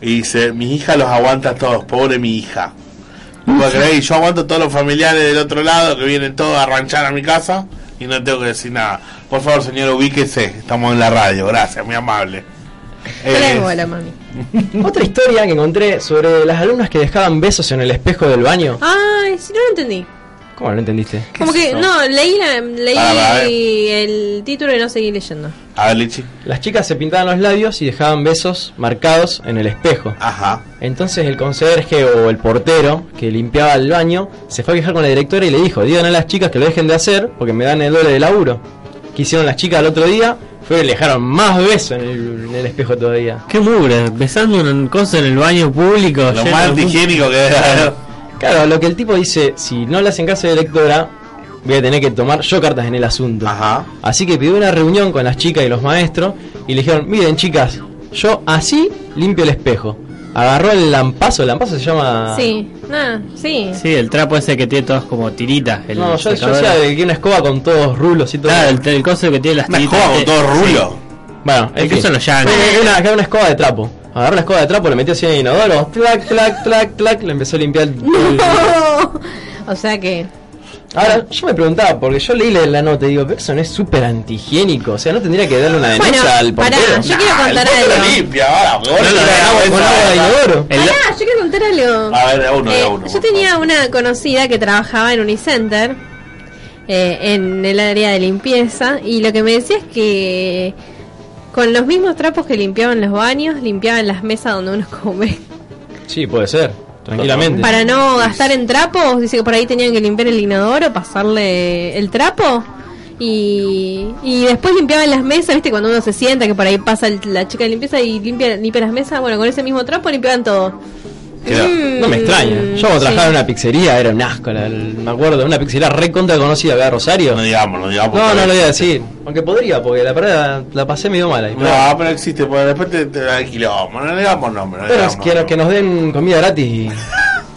Speaker 4: y dice: Mi hija los aguanta a todos, pobre mi hija. No puedo creer, y yo aguanto a todos los familiares del otro lado que vienen todos a ranchar a mi casa y no tengo que decir nada. Por favor, señor, ubíquese. Estamos en la radio, gracias, muy amable.
Speaker 7: Tres
Speaker 4: Eh,
Speaker 7: bolas, mami.
Speaker 5: Otra historia que encontré sobre las alumnas que dejaban besos en el espejo del baño.
Speaker 7: Ay, si no lo entendí.
Speaker 5: ¿Cómo no lo entendiste?
Speaker 7: Como que, no, leí, la- leí
Speaker 4: Para, para, Ah, a ver.
Speaker 7: el título y no seguí leyendo.
Speaker 4: a ver, Lichi.
Speaker 5: Las chicas se pintaban los labios y dejaban besos marcados en el espejo.
Speaker 4: Ajá.
Speaker 5: Entonces el conserje o el portero que limpiaba el baño se fue a quejar con la directora y le dijo, digan a las chicas que lo dejen de hacer porque me dan el doble de laburo. ¿Qué hicieron las chicas al otro día? Fue que le dejaron más besos en el, en el espejo todavía.
Speaker 6: Qué mugre, besando una cosa en el baño público.
Speaker 4: Lo
Speaker 6: lleno
Speaker 4: más
Speaker 6: de-
Speaker 4: antihigiénico que debe haber.
Speaker 5: Claro, lo que el tipo dice, si no le hacen caso de directora, voy a tener que tomar yo cartas en el asunto.
Speaker 4: Ajá.
Speaker 5: Así que pidió una reunión con las chicas y los maestros y le dijeron, miren chicas, yo así limpio el espejo. Agarró el lampazo, el lampazo se
Speaker 4: Ah.
Speaker 5: llama...
Speaker 7: Sí, nada, sí.
Speaker 6: Sí, el trapo ese que tiene todas como tiritas. El
Speaker 5: No, yo, yo
Speaker 6: secador.
Speaker 5: decía de que una escoba con todos rulos y todo.
Speaker 6: Claro, el, el coso que tiene las
Speaker 4: Una
Speaker 6: tiritas.
Speaker 4: escoba con
Speaker 6: eh,
Speaker 4: todo rulo.
Speaker 5: Bueno,
Speaker 6: El
Speaker 5: en
Speaker 6: que
Speaker 5: fin.
Speaker 6: usan los yankees.
Speaker 5: Una- Una, acá una escoba de trapo. Agarró una escoba de trapo, le metió así en el inodoro. Clac, clac, clac, clac. Le empezó a limpiar el. el-
Speaker 7: o sea que,
Speaker 5: Ahora, yo me preguntaba, porque yo leí la, la nota y digo, pero eso no es súper antihigiénico. O sea, no tendría que darle una
Speaker 7: Bueno,
Speaker 5: denuncia al
Speaker 7: pará,
Speaker 5: portero.
Speaker 7: yo quiero
Speaker 4: Ah, el
Speaker 7: contar
Speaker 4: pueblo
Speaker 7: algo.
Speaker 4: limpia, ahora, porque vos
Speaker 5: No,
Speaker 4: le
Speaker 5: no,
Speaker 4: tirás agua
Speaker 5: no,
Speaker 4: esa-
Speaker 5: no, no, no, inodoro.
Speaker 6: El-
Speaker 7: Pará, yo quiero contar algo.
Speaker 4: A ver, de a uno, de a
Speaker 7: Eh,
Speaker 4: uno.
Speaker 7: yo
Speaker 4: por
Speaker 7: tenía
Speaker 4: favor.
Speaker 7: una conocida que trabajaba en Unicenter, eh, en el área de limpieza, y lo que me decía es que con los mismos trapos que limpiaban los baños, limpiaban las mesas donde uno come.
Speaker 5: Sí, puede ser. Tranquilamente.
Speaker 7: Para no gastar en trapos, dice que por ahí tenían que limpiar el inodoro, pasarle el trapo. Y, y después limpiaban las mesas, viste, cuando uno se sienta, que por ahí pasa el- la chica de limpieza y limpia, limpia las mesas. Bueno, con ese mismo trapo limpiaban todo. Mm,
Speaker 4: Queda-
Speaker 5: No me extraña. Yo cuando trabajaba en una pizzería era un asco. la- el- me acuerdo, una pizzería recontra conocida acá de Rosario.
Speaker 4: No digamos, no digamos.
Speaker 5: No,
Speaker 4: porque-
Speaker 5: no lo voy a decir. Aunque podría, porque la verdad la pasé medio mala. Y-
Speaker 4: No, pero existe, porque después te, te da el quilombo. No le damos nombre. No le
Speaker 5: Pero
Speaker 4: damos
Speaker 5: es que,
Speaker 4: nombre.
Speaker 5: que nos den comida gratis y.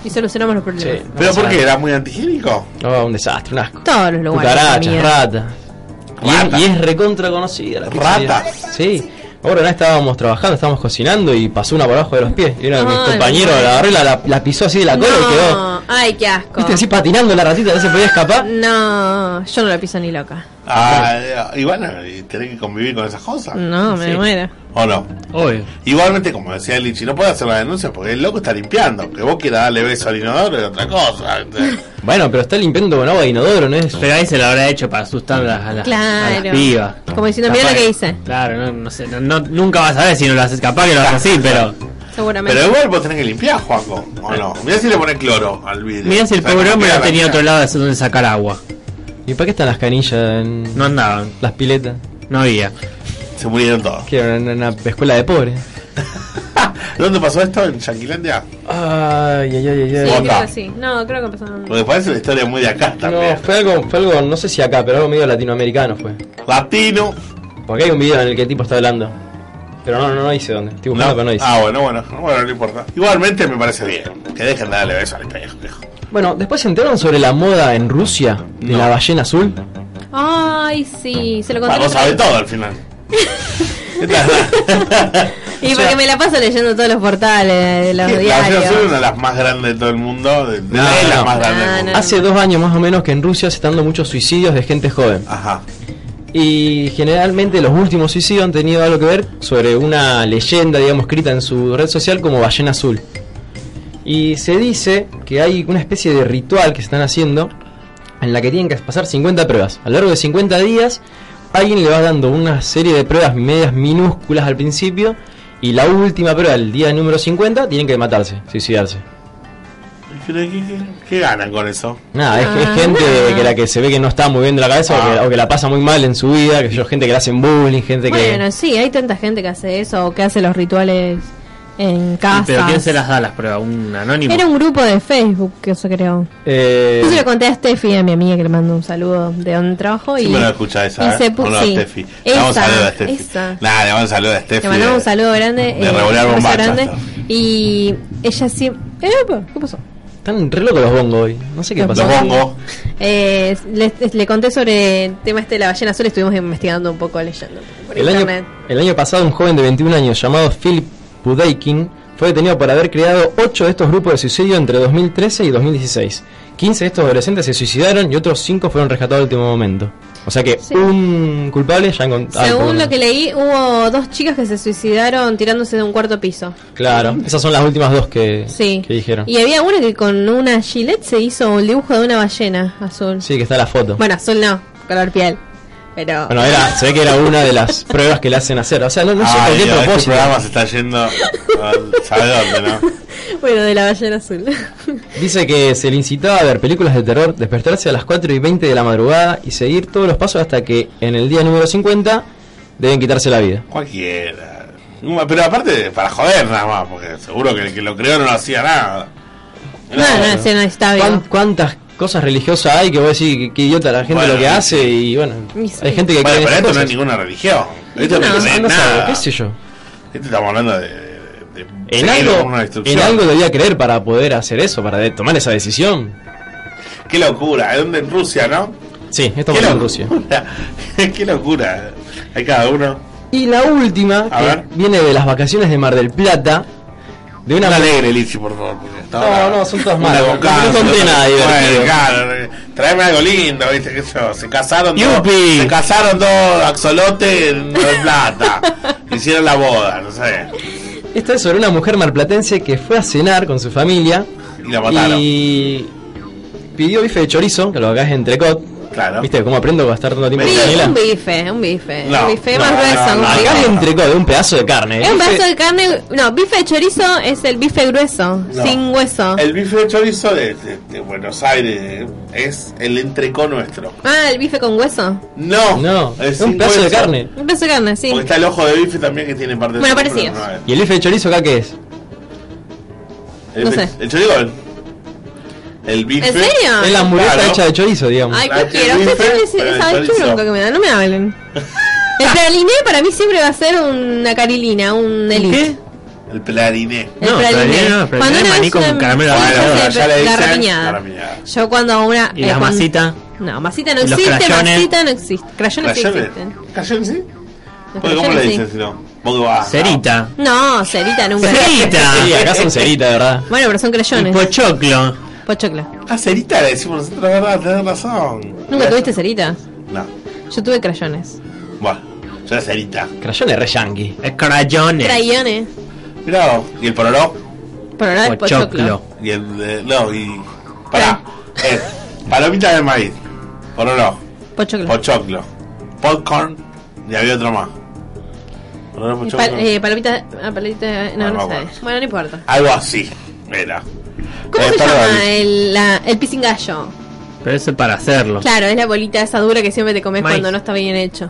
Speaker 7: Y solucionamos los problemas.
Speaker 5: no
Speaker 4: ¿Pero
Speaker 5: pasa
Speaker 4: por qué?
Speaker 5: nada.
Speaker 4: ¿Era muy antihigiénico?
Speaker 5: No, un desastre, un asco.
Speaker 7: Todos los lugares.
Speaker 5: Cucarachas,
Speaker 7: comían.
Speaker 5: ratas. Y
Speaker 4: Ratas.
Speaker 5: es, y es recontra conocida la pizzería.
Speaker 4: Ratas.
Speaker 5: Sí. Ahora una vez estábamos trabajando, estábamos cocinando y pasó una por abajo de los pies. Y uno de mis
Speaker 7: Ay,
Speaker 5: compañeros
Speaker 7: no.
Speaker 5: la agarró y la, la- la pisó así de la cola y
Speaker 7: No.
Speaker 5: quedó.
Speaker 7: Ay, qué asco.
Speaker 5: Viste, así patinando la ratita, no se podía escapar.
Speaker 7: No, yo no la piso ni loca.
Speaker 4: Ah, y bueno, y tenés que convivir con esas cosas.
Speaker 7: No, me
Speaker 5: Sí.
Speaker 7: muero.
Speaker 4: ¿O no?
Speaker 5: Obvio.
Speaker 4: Igualmente, como decía Lichi, no puede hacer la denuncia porque el loco está limpiando. Que vos quieras darle beso al inodoro es otra cosa.
Speaker 5: Bueno, pero está limpiando con agua de inodoro, ¿no es?
Speaker 6: Pero ahí se lo habrá hecho para asustar a las, a las, a las
Speaker 7: Claro.
Speaker 6: pibas.
Speaker 7: Como diciendo, mira
Speaker 6: Capaz
Speaker 7: lo que
Speaker 6: que-
Speaker 7: hice.
Speaker 6: Claro, no, no sé, no- no- nunca vas a ver si no lo haces. Capaz que lo haces así, pero.
Speaker 7: Seguramente.
Speaker 4: Pero igual vos tenés que limpiar, Juanco. ¿O no? Mirá si le pones cloro al vidrio.
Speaker 6: Mirá si el
Speaker 4: O sea,
Speaker 6: pobre
Speaker 4: como
Speaker 6: hombre
Speaker 4: queda
Speaker 6: no
Speaker 4: la
Speaker 6: tenía
Speaker 4: cara.
Speaker 6: otro lado de donde sacar agua.
Speaker 5: ¿Y para qué están las canillas en
Speaker 6: No andaban,
Speaker 5: las piletas?
Speaker 6: no había.
Speaker 4: Se murieron todos.
Speaker 5: Que era una, una escuela de pobres.
Speaker 4: ¿Dónde pasó esto? ¿En Yanquilandia?
Speaker 5: Ay, ay, ay, ay.
Speaker 7: Sí,
Speaker 5: ay.
Speaker 7: creo
Speaker 4: Boca.
Speaker 7: que sí. No, creo que empezaron.
Speaker 4: Porque parece una historia muy de acá
Speaker 5: No,
Speaker 4: también.
Speaker 5: fue algo, fue algo, no sé si acá, pero algo medio latinoamericano fue.
Speaker 4: Latino.
Speaker 5: Porque hay un video en el que el tipo está hablando. Pero no, no, no dice dónde. Estoy buscando, pero no dice.
Speaker 4: Ah, bueno, bueno. Bueno, no importa. Igualmente me parece bien. Que dejen de darle beso al espejo, viejo.
Speaker 5: Bueno, después se enteraron sobre la moda en Rusia de la ballena azul.
Speaker 7: Ay, sí, se lo conté.
Speaker 4: Ah, vos sabés todo al final. ¿Qué tal?
Speaker 7: Y porque me la paso leyendo todos los portales de los
Speaker 4: La Nación Azul es
Speaker 7: diarios.
Speaker 4: una de las más grandes de todo el mundo. De, de-
Speaker 5: No,
Speaker 4: es la
Speaker 5: no.
Speaker 4: más grande
Speaker 7: No,
Speaker 4: del mundo.
Speaker 7: Ah, no.
Speaker 5: Hace dos años más o menos que en Rusia se están dando muchos suicidios de gente joven.
Speaker 4: Ajá.
Speaker 5: Y generalmente los últimos suicidios han tenido algo que ver sobre una leyenda, digamos, escrita en su red social como ballena azul. Y se dice que hay una especie de ritual que se están haciendo en la que tienen que pasar 50 pruebas. A lo largo de 50 días, alguien le va dando una serie de pruebas medias minúsculas al principio y la última prueba, el día número 50, tienen que matarse, suicidarse.
Speaker 4: Pero, ¿Qué, qué, qué ganan con eso?
Speaker 5: Nada, es, es
Speaker 7: Ah.
Speaker 5: gente que la que se ve que no está muy bien de la cabeza o, que,
Speaker 4: Ah.
Speaker 5: o que la pasa muy mal en su vida, que yo, gente que le hacen bullying, gente que...
Speaker 7: Bueno, sí, hay tanta gente que hace eso o que hace los rituales en casa.
Speaker 6: Pero ¿quién se las da las pruebas? ¿Un anónimo?
Speaker 7: Era un grupo de Facebook que se creó.
Speaker 5: Eh,
Speaker 7: Yo se lo conté a Steffi, a mi amiga que le mando un saludo de donde trabajo. y
Speaker 4: Siempre lo escucha
Speaker 7: y
Speaker 4: esa. ¿eh?
Speaker 7: se puso.
Speaker 4: O no,
Speaker 7: sí,
Speaker 4: Steffi. Le
Speaker 7: Esa,
Speaker 4: damos un saludo a Steffi.
Speaker 7: esa.
Speaker 4: Nah, le damos un saludo a Steffi.
Speaker 7: Le mandamos un saludo grande.
Speaker 4: de
Speaker 7: eh,
Speaker 4: regular
Speaker 7: un abrazo
Speaker 4: bombacha,
Speaker 7: grande.
Speaker 4: esto.
Speaker 7: Y ella siempre. eh, ¿Qué pasó?
Speaker 5: Están re locos los bongos hoy. No sé qué
Speaker 7: Los
Speaker 5: pasó.
Speaker 4: Los bongos.
Speaker 7: Eh, le, le conté sobre el tema este de la ballena azul. Estuvimos investigando un poco, leyendo por
Speaker 5: El
Speaker 7: internet.
Speaker 5: año, el año pasado, un joven de 21 años llamado Philip Pudeikin fue detenido por haber creado 8 de estos grupos de suicidio entre 2013 y 2016. 15 de estos adolescentes se suicidaron y otros 5 fueron rescatados al último momento. O sea que
Speaker 7: Sí.
Speaker 5: un culpable ya ah, encontró.
Speaker 7: Según lo que leí, hubo dos chicas que se suicidaron tirándose de un cuarto piso.
Speaker 5: Claro, esas son las últimas dos que,
Speaker 7: Sí.
Speaker 5: que dijeron.
Speaker 7: Y había una que con una gilet se hizo un dibujo de una ballena azul.
Speaker 5: Sí, que está la foto.
Speaker 7: Bueno, azul no, color piel. Pero.
Speaker 5: Bueno, era, se ve que era una de las pruebas que le hacen hacer. O sea, no, no sé por
Speaker 4: Ay,
Speaker 5: qué
Speaker 4: Dios, este
Speaker 5: propósito.
Speaker 4: programa se está yendo. al- ¿Sabe dónde, no?
Speaker 7: Bueno, de la ballena azul.
Speaker 5: Dice que se le incitaba a ver películas de terror, despertarse a las 4 y 20 de la madrugada y seguir todos los pasos hasta que en el día número 50 deben quitarse la vida.
Speaker 4: Cualquiera. Pero aparte, para joder nada más, porque seguro que el que lo creó no lo hacía nada.
Speaker 7: no, no, no, sí, no está
Speaker 5: ¿Cuán-
Speaker 7: bien.
Speaker 5: ¿Cuántas cosas religiosas hay que vos decís que, que idiota la gente
Speaker 4: Bueno,
Speaker 5: lo que
Speaker 4: sí.
Speaker 5: hace? Y bueno,
Speaker 7: Y sí.
Speaker 5: hay gente que
Speaker 4: Bueno, pero
Speaker 5: cree en esas
Speaker 4: esto no
Speaker 5: cosas.
Speaker 4: es ninguna religión. Esto no,
Speaker 7: No,
Speaker 4: es
Speaker 5: No sabe,
Speaker 4: nada.
Speaker 5: qué sé yo.
Speaker 4: Esto estamos hablando de. de- de-
Speaker 5: En
Speaker 4: de
Speaker 5: algo,
Speaker 4: una
Speaker 5: en
Speaker 4: destrucción.
Speaker 5: algo debía creer para poder hacer eso, para de- tomar esa decisión.
Speaker 4: Qué locura. ¿eh? ¿Dónde? En Rusia, ¿no?
Speaker 5: Sí, esto
Speaker 4: Qué
Speaker 5: pasó en
Speaker 4: locura.
Speaker 5: Rusia.
Speaker 4: Qué locura. Hay cada uno.
Speaker 5: Y la última,
Speaker 4: A
Speaker 5: que
Speaker 4: ver.
Speaker 5: viene de las vacaciones de Mar del Plata, de una
Speaker 4: Una alegre, Lichi, por favor. porque hasta
Speaker 5: No,
Speaker 4: ahora-
Speaker 5: no, son todas
Speaker 4: Una
Speaker 5: malas.
Speaker 4: con
Speaker 5: No
Speaker 4: cáncer,
Speaker 5: conté
Speaker 4: otra-
Speaker 5: nada divertido.
Speaker 4: Bueno, claro, eh, Traeme algo lindo, viste, qué sé yo. Se casaron dos.
Speaker 5: Yupi.
Speaker 4: Se casaron dos axolotes en Mar del Plata. Hicieron la boda, no sé.
Speaker 5: Esta es sobre una mujer marplatense que fue a cenar con su familia
Speaker 4: Y la mataron.
Speaker 5: y pidió bife de chorizo, que lo acá es entrecot.
Speaker 4: Claro.
Speaker 5: ¿Viste cómo aprendo a gastar tanto tiempo
Speaker 4: Sí,
Speaker 5: en
Speaker 7: Sí,
Speaker 5: canela?
Speaker 7: un bife, un bife.
Speaker 4: No,
Speaker 7: un bife
Speaker 4: no,
Speaker 7: más
Speaker 4: no,
Speaker 7: grueso.
Speaker 4: no,
Speaker 7: un
Speaker 4: no,
Speaker 7: bife.
Speaker 5: Acá es entrecot, es un pedazo de carne. ¿eh?
Speaker 7: Es un
Speaker 5: Bife-
Speaker 7: pedazo de carne. No, bife de chorizo es el bife grueso,
Speaker 4: No.
Speaker 7: sin hueso.
Speaker 4: El bife de chorizo de, de- de Buenos Aires es el entrecó nuestro.
Speaker 7: Ah, el bife con hueso.
Speaker 4: No,
Speaker 5: No, es un
Speaker 4: sin
Speaker 5: pedazo de
Speaker 4: hueso.
Speaker 5: carne.
Speaker 7: Un pedazo de carne, sí.
Speaker 4: Porque está el ojo de bife también que tiene parte de
Speaker 7: Bueno,
Speaker 4: chorizo,
Speaker 7: parecido.
Speaker 4: pero no es.
Speaker 5: ¿Y el bife de chorizo acá qué es?
Speaker 4: El,
Speaker 7: No
Speaker 4: bife-
Speaker 7: sé.
Speaker 4: el chorigol. El bife.
Speaker 7: ¿En serio?
Speaker 5: Es la hamburguesa
Speaker 4: Claro.
Speaker 5: hecha de chorizo, digamos.
Speaker 7: Ay,
Speaker 4: La
Speaker 7: ¿qué
Speaker 4: que
Speaker 7: quiero?
Speaker 4: bife,
Speaker 7: Ustedes
Speaker 4: pero
Speaker 7: saben
Speaker 4: el
Speaker 7: saben qué
Speaker 4: chorizo.
Speaker 7: bronca que me da, no me hablen. El praliné para mí siempre va a ser una carilina, un elite.
Speaker 6: ¿Qué?
Speaker 4: El plariné.
Speaker 7: El
Speaker 6: No,
Speaker 7: praliné.
Speaker 6: praliné no, praliné
Speaker 7: Cuando
Speaker 6: es
Speaker 7: una
Speaker 6: maní
Speaker 7: vez
Speaker 6: con
Speaker 7: una-
Speaker 6: caramelo
Speaker 7: una
Speaker 6: adentro.
Speaker 7: vez
Speaker 4: Bueno, ya le
Speaker 7: de-
Speaker 4: dicen
Speaker 7: la rapiñada.
Speaker 4: la rapiñada.
Speaker 7: Yo cuando a una...
Speaker 6: ¿Y las
Speaker 7: cuando-
Speaker 6: masitas?
Speaker 7: No, masita no
Speaker 6: ¿Y los
Speaker 7: existe,
Speaker 6: crayones?
Speaker 7: masita no existe. Crayones sí
Speaker 4: ¿Cayones?
Speaker 7: existen.
Speaker 4: ¿Cayones sí?
Speaker 7: Los
Speaker 4: Porque ¿Cómo
Speaker 7: crayones
Speaker 4: le
Speaker 7: sí.
Speaker 4: dicen si no? Vos que vas.
Speaker 6: Cerita.
Speaker 7: No, cerita nunca.
Speaker 6: Cerita.
Speaker 7: Ah.
Speaker 5: Sí, acá son cerita, de verdad.
Speaker 7: Bueno, pero son
Speaker 6: Y
Speaker 7: crayones.
Speaker 6: pochoclo.
Speaker 7: Pochocla.
Speaker 4: Ah, cerita le decimos nosotros, la verdad, tenés razón.
Speaker 7: ¿Nunca tuviste cerita?
Speaker 4: No.
Speaker 7: Yo tuve crayones.
Speaker 4: Bueno, yo era cerita.
Speaker 5: Crayón es re yankee.
Speaker 6: Es crayones.
Speaker 7: Crayones.
Speaker 4: Mirá, vos. y el pororó,
Speaker 7: Pero no el pochoclo.
Speaker 6: Pochoclo.
Speaker 4: y el. eh, no, y. Pará. Eh, palomitas de maíz, pororó,
Speaker 7: Pochoclo.
Speaker 4: pochoclo, popcorn, y había otro más. Pororó,
Speaker 7: Y
Speaker 4: pochoclo.
Speaker 7: pal- eh, palomita, ah, palomita- no,
Speaker 4: Ah,
Speaker 7: no
Speaker 4: no,
Speaker 7: sabe.
Speaker 4: bueno.
Speaker 7: Bueno, no importa.
Speaker 4: Algo así, era.
Speaker 7: ¿Cómo
Speaker 4: Eh,
Speaker 7: se
Speaker 4: perdón.
Speaker 7: llama el, la- el pisingallo?
Speaker 6: Pero eso es para hacerlo.
Speaker 7: Claro, es la bolita esa dura que siempre te comes
Speaker 6: Maíz.
Speaker 7: cuando no está bien hecho.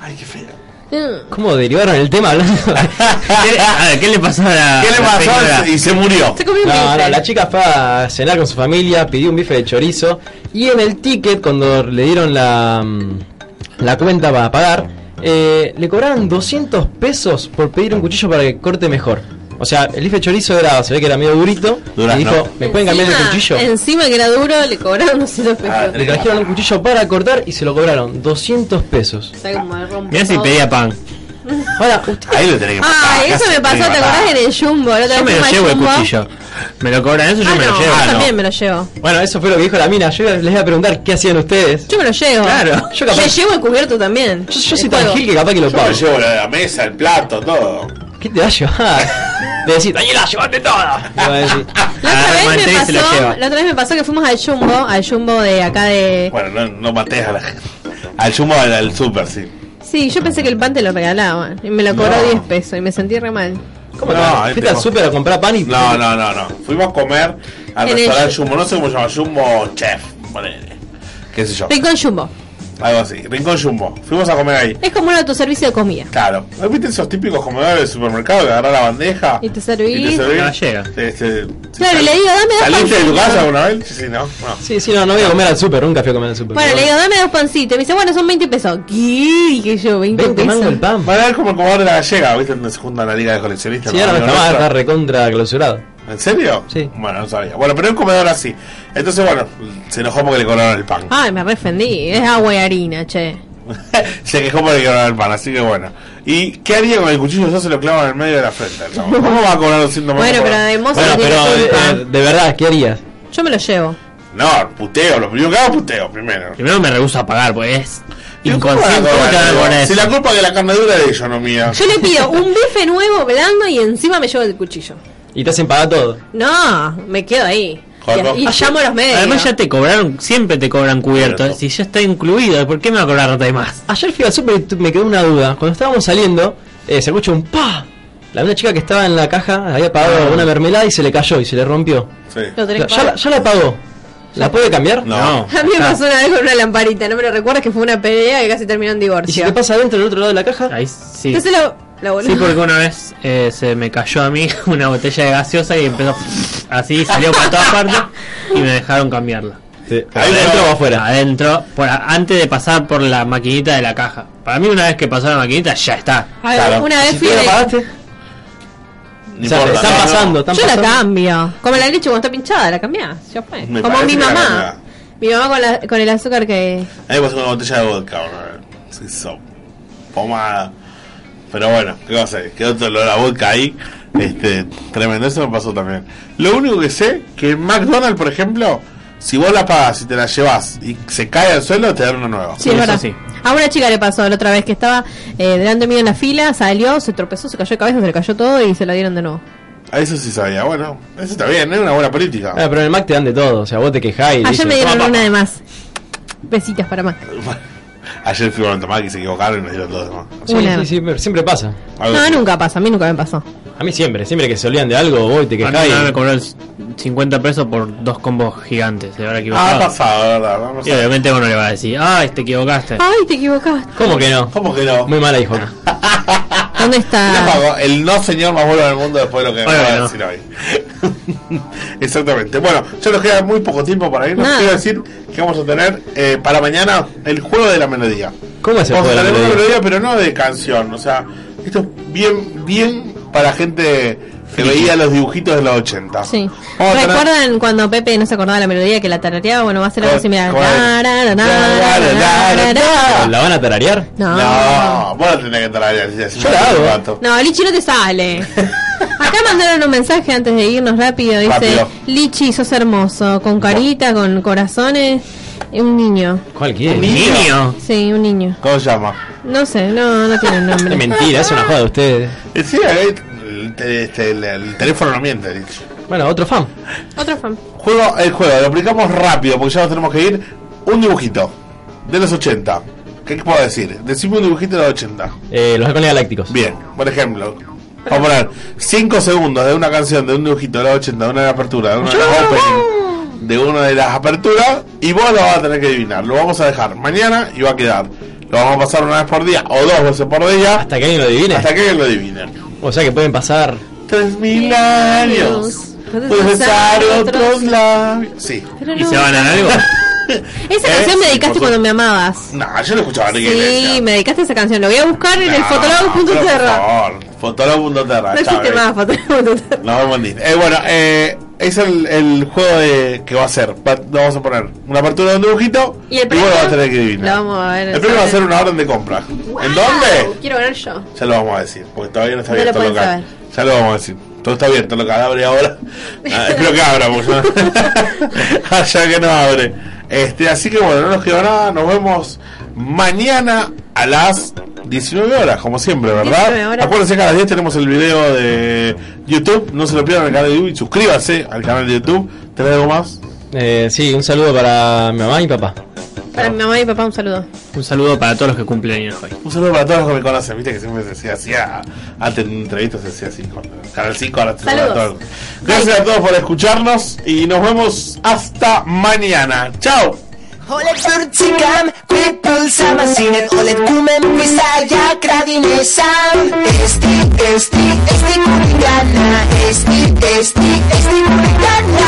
Speaker 4: Ay, qué feo.
Speaker 7: Mm.
Speaker 5: ¿Cómo derivaron el tema hablando?
Speaker 6: ¿Qué, a ver, ¿qué le pasó a la.?
Speaker 4: ¿Qué le
Speaker 6: la señora?
Speaker 4: pasó? Y se murió.
Speaker 7: Se comió un
Speaker 5: No,
Speaker 7: bife.
Speaker 5: no, la chica fue a cenar con su familia, pidió un bife de chorizo y en el ticket, cuando le dieron la, mm, la cuenta para pagar, eh, le cobraron 200 pesos por pedir un cuchillo para que corte mejor. O sea, el bife de chorizo era, se ve que era medio durito.
Speaker 4: Durazno.
Speaker 5: Y dijo, ¿me pueden cambiar el
Speaker 7: Encima-
Speaker 5: cuchillo?
Speaker 7: Encima que era duro, le cobraron 200 pesos.
Speaker 4: Ah,
Speaker 5: Le trajeron un cuchillo para cortar y se lo cobraron 200 pesos.
Speaker 7: Está como el rompo
Speaker 6: Mirá si
Speaker 7: todo.
Speaker 6: pedía pan.
Speaker 5: Ahora, usted-
Speaker 4: Ahí lo tenés que matar.
Speaker 7: Ah,
Speaker 4: acá
Speaker 7: eso
Speaker 4: se
Speaker 7: me
Speaker 4: lo
Speaker 7: pasó,
Speaker 4: tenés
Speaker 7: ¿te
Speaker 4: que
Speaker 7: acordás
Speaker 4: matar.
Speaker 7: en el Jumbo? La otra vez
Speaker 6: Yo me lo
Speaker 7: fuimos al
Speaker 6: llevo el
Speaker 7: Jumbo.
Speaker 6: cuchillo. Me lo cobran eso, yo
Speaker 7: Ah,
Speaker 6: me lo
Speaker 7: no,
Speaker 6: llevo.
Speaker 7: yo
Speaker 6: Ah, no.
Speaker 7: también me lo llevo.
Speaker 5: bueno, eso fue lo que dijo la mina. Yo iba- les iba a preguntar qué hacían ustedes.
Speaker 7: Yo me lo llevo.
Speaker 5: Claro, yo
Speaker 7: yo
Speaker 5: capaz-
Speaker 7: Me llevo el cubierto también.
Speaker 5: Yo, yo
Speaker 7: El
Speaker 5: soy tan
Speaker 7: juego.
Speaker 5: gil que capaz que lo
Speaker 4: Yo me
Speaker 5: pago.
Speaker 4: llevo la, la mesa, el plato, todo.
Speaker 5: ¿Qué te va a llevar? Le decís, Daniela, llévate toda. Le va a decir,
Speaker 7: La
Speaker 6: Ah,
Speaker 7: otra, vez
Speaker 6: Monterrey
Speaker 7: me
Speaker 6: se lo
Speaker 7: pasó,
Speaker 6: lleva.
Speaker 7: la otra vez me pasó que fuimos al Jumbo, al Jumbo de acá de...
Speaker 4: Bueno, no, no mates a la gente. Al sumo al, al super, sí.
Speaker 7: Sí, yo pensé que el pan te lo regalaban y me lo cobró
Speaker 4: No.
Speaker 7: 10 pesos y me sentí re mal.
Speaker 5: ¿Cómo
Speaker 4: No,
Speaker 5: este no?
Speaker 4: ahí
Speaker 5: Fuiste al
Speaker 4: te-
Speaker 5: súper a comprar pan y.
Speaker 4: No, no, no, no. Fuimos a comer al
Speaker 7: En el-
Speaker 4: restaurante Jumbo, no sé cómo se llama, Jumbo Chef, ponele. Qué sé yo,
Speaker 7: Rincón Jumbo.
Speaker 4: algo así. Rincón Jumbo. Fuimos a comer ahí.
Speaker 7: Es como un autoservicio de comida.
Speaker 4: Claro. ¿No viste esos típicos comedores del supermercado que agarrás la bandeja?
Speaker 7: Y te servís.
Speaker 4: Y te servís.
Speaker 6: No llega.
Speaker 4: Te- te-
Speaker 7: Claro, y le digo, dame dos
Speaker 4: ¿Saliste de tu
Speaker 7: pancitos.
Speaker 4: casa alguna vez? Sí, no. no.
Speaker 5: Sí, sí, no, no voy a comer al súper, nunca fui a comer al súper.
Speaker 7: Bueno, le digo, dame dos pancitos. Y me dice, bueno, son 20 pesos. ¿Qué? Dije yo, 20
Speaker 5: Vete, mango
Speaker 7: pesos.
Speaker 5: el pan.
Speaker 4: Van a ver como el comedor de la gallega, ¿viste? Donde se junta la liga de coleccionistas.
Speaker 5: Sí,
Speaker 4: ¿no?
Speaker 5: ahora no está
Speaker 4: Amigo
Speaker 5: más,
Speaker 4: nuestro.
Speaker 5: está recontra clausurado.
Speaker 4: ¿En serio?
Speaker 5: Sí.
Speaker 4: Bueno, no sabía. Bueno, pero era un comedor así. Entonces, bueno, se enojó porque le colaron el pan.
Speaker 7: Ay, me refendí. Es agua y harina, che.
Speaker 4: se quejó porque le colaron el pan, así que bueno. ¿Y qué haría con el cuchillo? Yo se lo clavan en el medio de la frente. ¿no? ¿Cómo va a cobrar 200
Speaker 7: Bueno,
Speaker 4: por-
Speaker 7: pero de mozo
Speaker 5: Bueno,
Speaker 7: no tiene
Speaker 5: pero
Speaker 7: culpa.
Speaker 5: eh, eh, de verdad, ¿qué harías?
Speaker 7: Yo me lo llevo.
Speaker 4: No, puteo. Lo primero que hago es puteo, primero.
Speaker 6: Primero me rehúso a pagar, pues es
Speaker 4: Digo, ¿cómo van a
Speaker 6: inconsciente. ¿Cómo te van a
Speaker 4: cobrar?
Speaker 6: cobrar eso?
Speaker 4: Si la culpa de la carne dura es de ellos, no mía.
Speaker 7: Yo le pido un bife nuevo, blando, y encima me llevo el cuchillo.
Speaker 5: Y te hacen pagar todo.
Speaker 7: No, me quedo ahí.
Speaker 4: Joder.
Speaker 7: Y, y llamo a los medios.
Speaker 6: Además ya te cobraron, siempre te cobran cubierto.
Speaker 4: Cubierto.
Speaker 6: Si ya está incluido, ¿por qué me va a cobrar de más?
Speaker 5: Ayer fui al súper y tu- me quedó una duda. Cuando estábamos saliendo, eh, se escucha un pa. La una chica que estaba en la caja había pagado una mermelada y se le cayó y se le rompió.
Speaker 4: Sí.
Speaker 7: Lo tenés
Speaker 5: Ya,
Speaker 7: que
Speaker 5: ya la,
Speaker 7: pagar.
Speaker 5: ya Ah. la pagó. ¿La puede cambiar?
Speaker 4: No.
Speaker 7: A mí me pasó una vez con una lamparita, no me lo recuerdas que fue una pelea que casi terminó en
Speaker 5: ¿Y si te
Speaker 7: divorcio.
Speaker 5: pasa adentro del otro lado de la caja?
Speaker 6: Ahí sí.
Speaker 7: Entonces la, la boluda-
Speaker 6: Sí, porque una vez eh, se me cayó a mí una botella de gaseosa y empezó así, salió para todas partes y me dejaron cambiarla.
Speaker 4: Ahí
Speaker 5: ¿Adentro
Speaker 4: no.
Speaker 5: o afuera?
Speaker 6: Adentro, por, a- antes de pasar por la maquinita de la caja. Para mí una vez que pasó la maquinita, ya está.
Speaker 7: A ver,
Speaker 4: Claro.
Speaker 7: Una vez
Speaker 5: Si
Speaker 7: fui
Speaker 5: tú la
Speaker 7: de-
Speaker 5: pagaste,
Speaker 4: No
Speaker 5: o sea,
Speaker 4: importa,
Speaker 5: están
Speaker 4: no, no.
Speaker 5: pasando, están
Speaker 7: Yo la
Speaker 5: pasando.
Speaker 7: cambio. Como la leche cuando está pinchada, la cambiás. Ya fue.
Speaker 4: Me
Speaker 7: Como
Speaker 4: parece
Speaker 7: mi
Speaker 4: que la
Speaker 7: mamá.
Speaker 4: cambiaba.
Speaker 7: Mi mamá con, la- con el azúcar que.
Speaker 4: A mí me pasó con una botella de vodka, boludo. Sí, so- pomada. Pero bueno, ¿qué va a hacer? Quedó todo el olor a vodka ahí. Este, tremendo, eso me pasó también. Lo único que sé, que en McDonald's, por ejemplo, si vos la pagas y te la llevas y se cae al suelo, te dan una nueva.
Speaker 7: Sí, es
Speaker 6: eso
Speaker 7: verdad.
Speaker 6: sí.
Speaker 7: A una chica le pasó la otra vez que estaba eh, delante mío en la fila, salió, se tropezó, se cayó de cabeza, se le cayó todo y se la dieron de nuevo.
Speaker 4: A eso sí sabía. Bueno, eso está bien, es una buena política.
Speaker 7: Eh.
Speaker 5: Ah, pero en el Mac te dan de todo, o sea, vos te quejás y
Speaker 7: Ayer
Speaker 5: dicen,
Speaker 7: me
Speaker 5: "Toma,
Speaker 7: dieron
Speaker 5: pa".
Speaker 7: una de más. Besitos para más.
Speaker 4: Ayer fui con Tomás y se equivocaron y nos dieron todo demás.
Speaker 5: Sí,
Speaker 7: Una.
Speaker 5: sí, sí, pero siempre pasa.
Speaker 4: Algo
Speaker 7: No,
Speaker 4: así.
Speaker 7: nunca pasa, a mí nunca me pasó.
Speaker 5: A mí siempre, siempre que se olvidan de algo, voy y te
Speaker 6: A
Speaker 4: Ah,
Speaker 6: mí
Speaker 5: quejás
Speaker 6: una vez me
Speaker 5: y...
Speaker 6: cobraron 50 pesos por dos combos gigantes. Se habrá
Speaker 4: Ah, ha
Speaker 6: equivocado.
Speaker 4: pasado, la verdad. no
Speaker 6: y
Speaker 7: Eh.
Speaker 4: sé.
Speaker 6: obviamente uno le va a decir, ay, te equivocaste.
Speaker 7: Ay, te equivocaste.
Speaker 5: ¿Cómo que no?
Speaker 4: ¿Cómo que no?
Speaker 5: Muy mala, hijo.
Speaker 7: ¿Dónde
Speaker 4: La
Speaker 7: está?
Speaker 4: pagó el no señor más bueno del mundo después de lo que me
Speaker 6: Ay,
Speaker 4: acaba de
Speaker 6: no.
Speaker 4: decir hoy. Exactamente. Bueno, ya nos queda muy poco tiempo para irnos.
Speaker 7: Nada.
Speaker 4: Quiero decir que vamos a tener eh, para mañana el juego de la melodía.
Speaker 5: ¿Cómo es el
Speaker 4: Vamos
Speaker 5: juego
Speaker 4: a
Speaker 5: de la
Speaker 4: tener una
Speaker 5: melodía?
Speaker 4: melodía, pero no de canción. O sea, esto es bien, bien para gente que veía los dibujitos de los 80.
Speaker 7: Sí.
Speaker 4: Vamos a tener-
Speaker 7: ¿Recuerdan cuando Pepe no se acordaba la melodía que la tarareaba? Bueno, va a ser algo
Speaker 4: Cor-
Speaker 7: similar.
Speaker 4: correcto.
Speaker 7: Tararararararara.
Speaker 5: ¿La van a tararear?
Speaker 7: No. Ah.
Speaker 4: No, vos la tenés que traer. Yo la hago. Rato.
Speaker 7: No, Lichi no te sale. Acá mandaron un mensaje antes de irnos rápido. Dice,
Speaker 4: Rápido.
Speaker 7: Lichi, sos hermoso. Con carita, con corazones. Un niño.
Speaker 5: ¿Cuál quiere?
Speaker 6: Niño.
Speaker 7: Sí, un niño.
Speaker 4: ¿Cómo se llama?
Speaker 7: No sé, no, no tiene
Speaker 5: Es
Speaker 7: nombre.
Speaker 5: mentira, es una joda de ustedes.
Speaker 4: Eh, Sí, eh, el, te- este, el- el teléfono no miente, dicho.
Speaker 5: Bueno, otro fan.
Speaker 7: Otro fan.
Speaker 4: Juego, el juego, lo aplicamos rápido porque ya nos tenemos que ir. Un dibujito de los 80. ¿Qué puedo decir? Decime un dibujito de los 80.
Speaker 5: Eh, los halcones galácticos.
Speaker 4: Bien, por ejemplo, vamos a poner 5 segundos de una canción, de un dibujito de los 80, de una de las aperturas, de una de las opening, de una de las aperturas, y vos lo vas a tener que adivinar. Lo vamos a dejar mañana y va a quedar. Lo vamos a pasar una vez por día o dos veces por día hasta,
Speaker 5: Hasta que alguien lo adivine.
Speaker 4: que alguien lo adivine.
Speaker 5: O sea que pueden pasar.
Speaker 4: Tres mil años.
Speaker 7: Puedes
Speaker 4: Puedes besar
Speaker 7: besar
Speaker 4: otros
Speaker 7: otros
Speaker 4: labios. Sí.
Speaker 7: Pero
Speaker 6: ¿Y
Speaker 7: no.
Speaker 6: se van a dar algo?
Speaker 7: Esa
Speaker 4: ¿Eh?
Speaker 7: canción me
Speaker 4: Sí,
Speaker 7: dedicaste
Speaker 4: por
Speaker 7: cuando me amabas.
Speaker 4: No, yo no escuchaba a Enrique
Speaker 7: Sí,
Speaker 4: Iglesias.
Speaker 7: me dedicaste a esa canción. Lo voy a buscar en el
Speaker 4: No,
Speaker 7: fotolog.terra.
Speaker 4: Por favor, fotolog.terra.
Speaker 7: No existe
Speaker 4: chao,
Speaker 7: más fotolog.terra.
Speaker 4: Nos vemos en Disney. Eh, bueno, eh, es el, el juego de, que va a ser. Va- lo vamos a poner una apertura de un dibujito
Speaker 7: ¿Y
Speaker 4: vos
Speaker 7: el premio?
Speaker 4: lo vas a tener que adivinar.
Speaker 7: Lo vamos a ver,
Speaker 4: el premio va a
Speaker 7: ¿sabes?
Speaker 4: ser una orden de compra. ¿En
Speaker 7: Wow,
Speaker 4: dónde?
Speaker 7: Quiero ganar yo.
Speaker 4: Ya lo vamos a decir, porque todavía no está
Speaker 7: No
Speaker 4: abierto
Speaker 7: lo
Speaker 4: el
Speaker 7: pueden
Speaker 4: local. Ya lo vamos a decir. Todo está abierto, local abre ahora. Ah, espero que abra, porque yo- allá que no abre. Este, así que bueno, no nos queda nada. Nos vemos mañana a las 19 horas, como siempre, ¿verdad?
Speaker 7: 19 horas.
Speaker 4: Acuérdense que a las 10 tenemos el video de YouTube. No se lo pierdan el canal de YouTube. Suscríbanse al canal de YouTube. ¿Tenés algo más?
Speaker 5: Eh, sí, un saludo para mi mamá y mi papá.
Speaker 7: Para mi mamá y mi papá, un saludo.
Speaker 6: Un saludo para todos los que cumplen años hoy.
Speaker 4: Un saludo para todos los que me conocen, viste que siempre se hacía así, ah, antes en entrevistas se hacía así, con Canal 5, ahora se
Speaker 7: Saludos.
Speaker 4: saluda a todos. Gracias a todos por escucharnos y nos vemos hasta mañana. ¡Chao!
Speaker 8: Oled vürtsikám, people sama színed, oled kumen viszáják rád inészám. Esti, esti, esti kuligánná, esti, esti, esti kuligánná.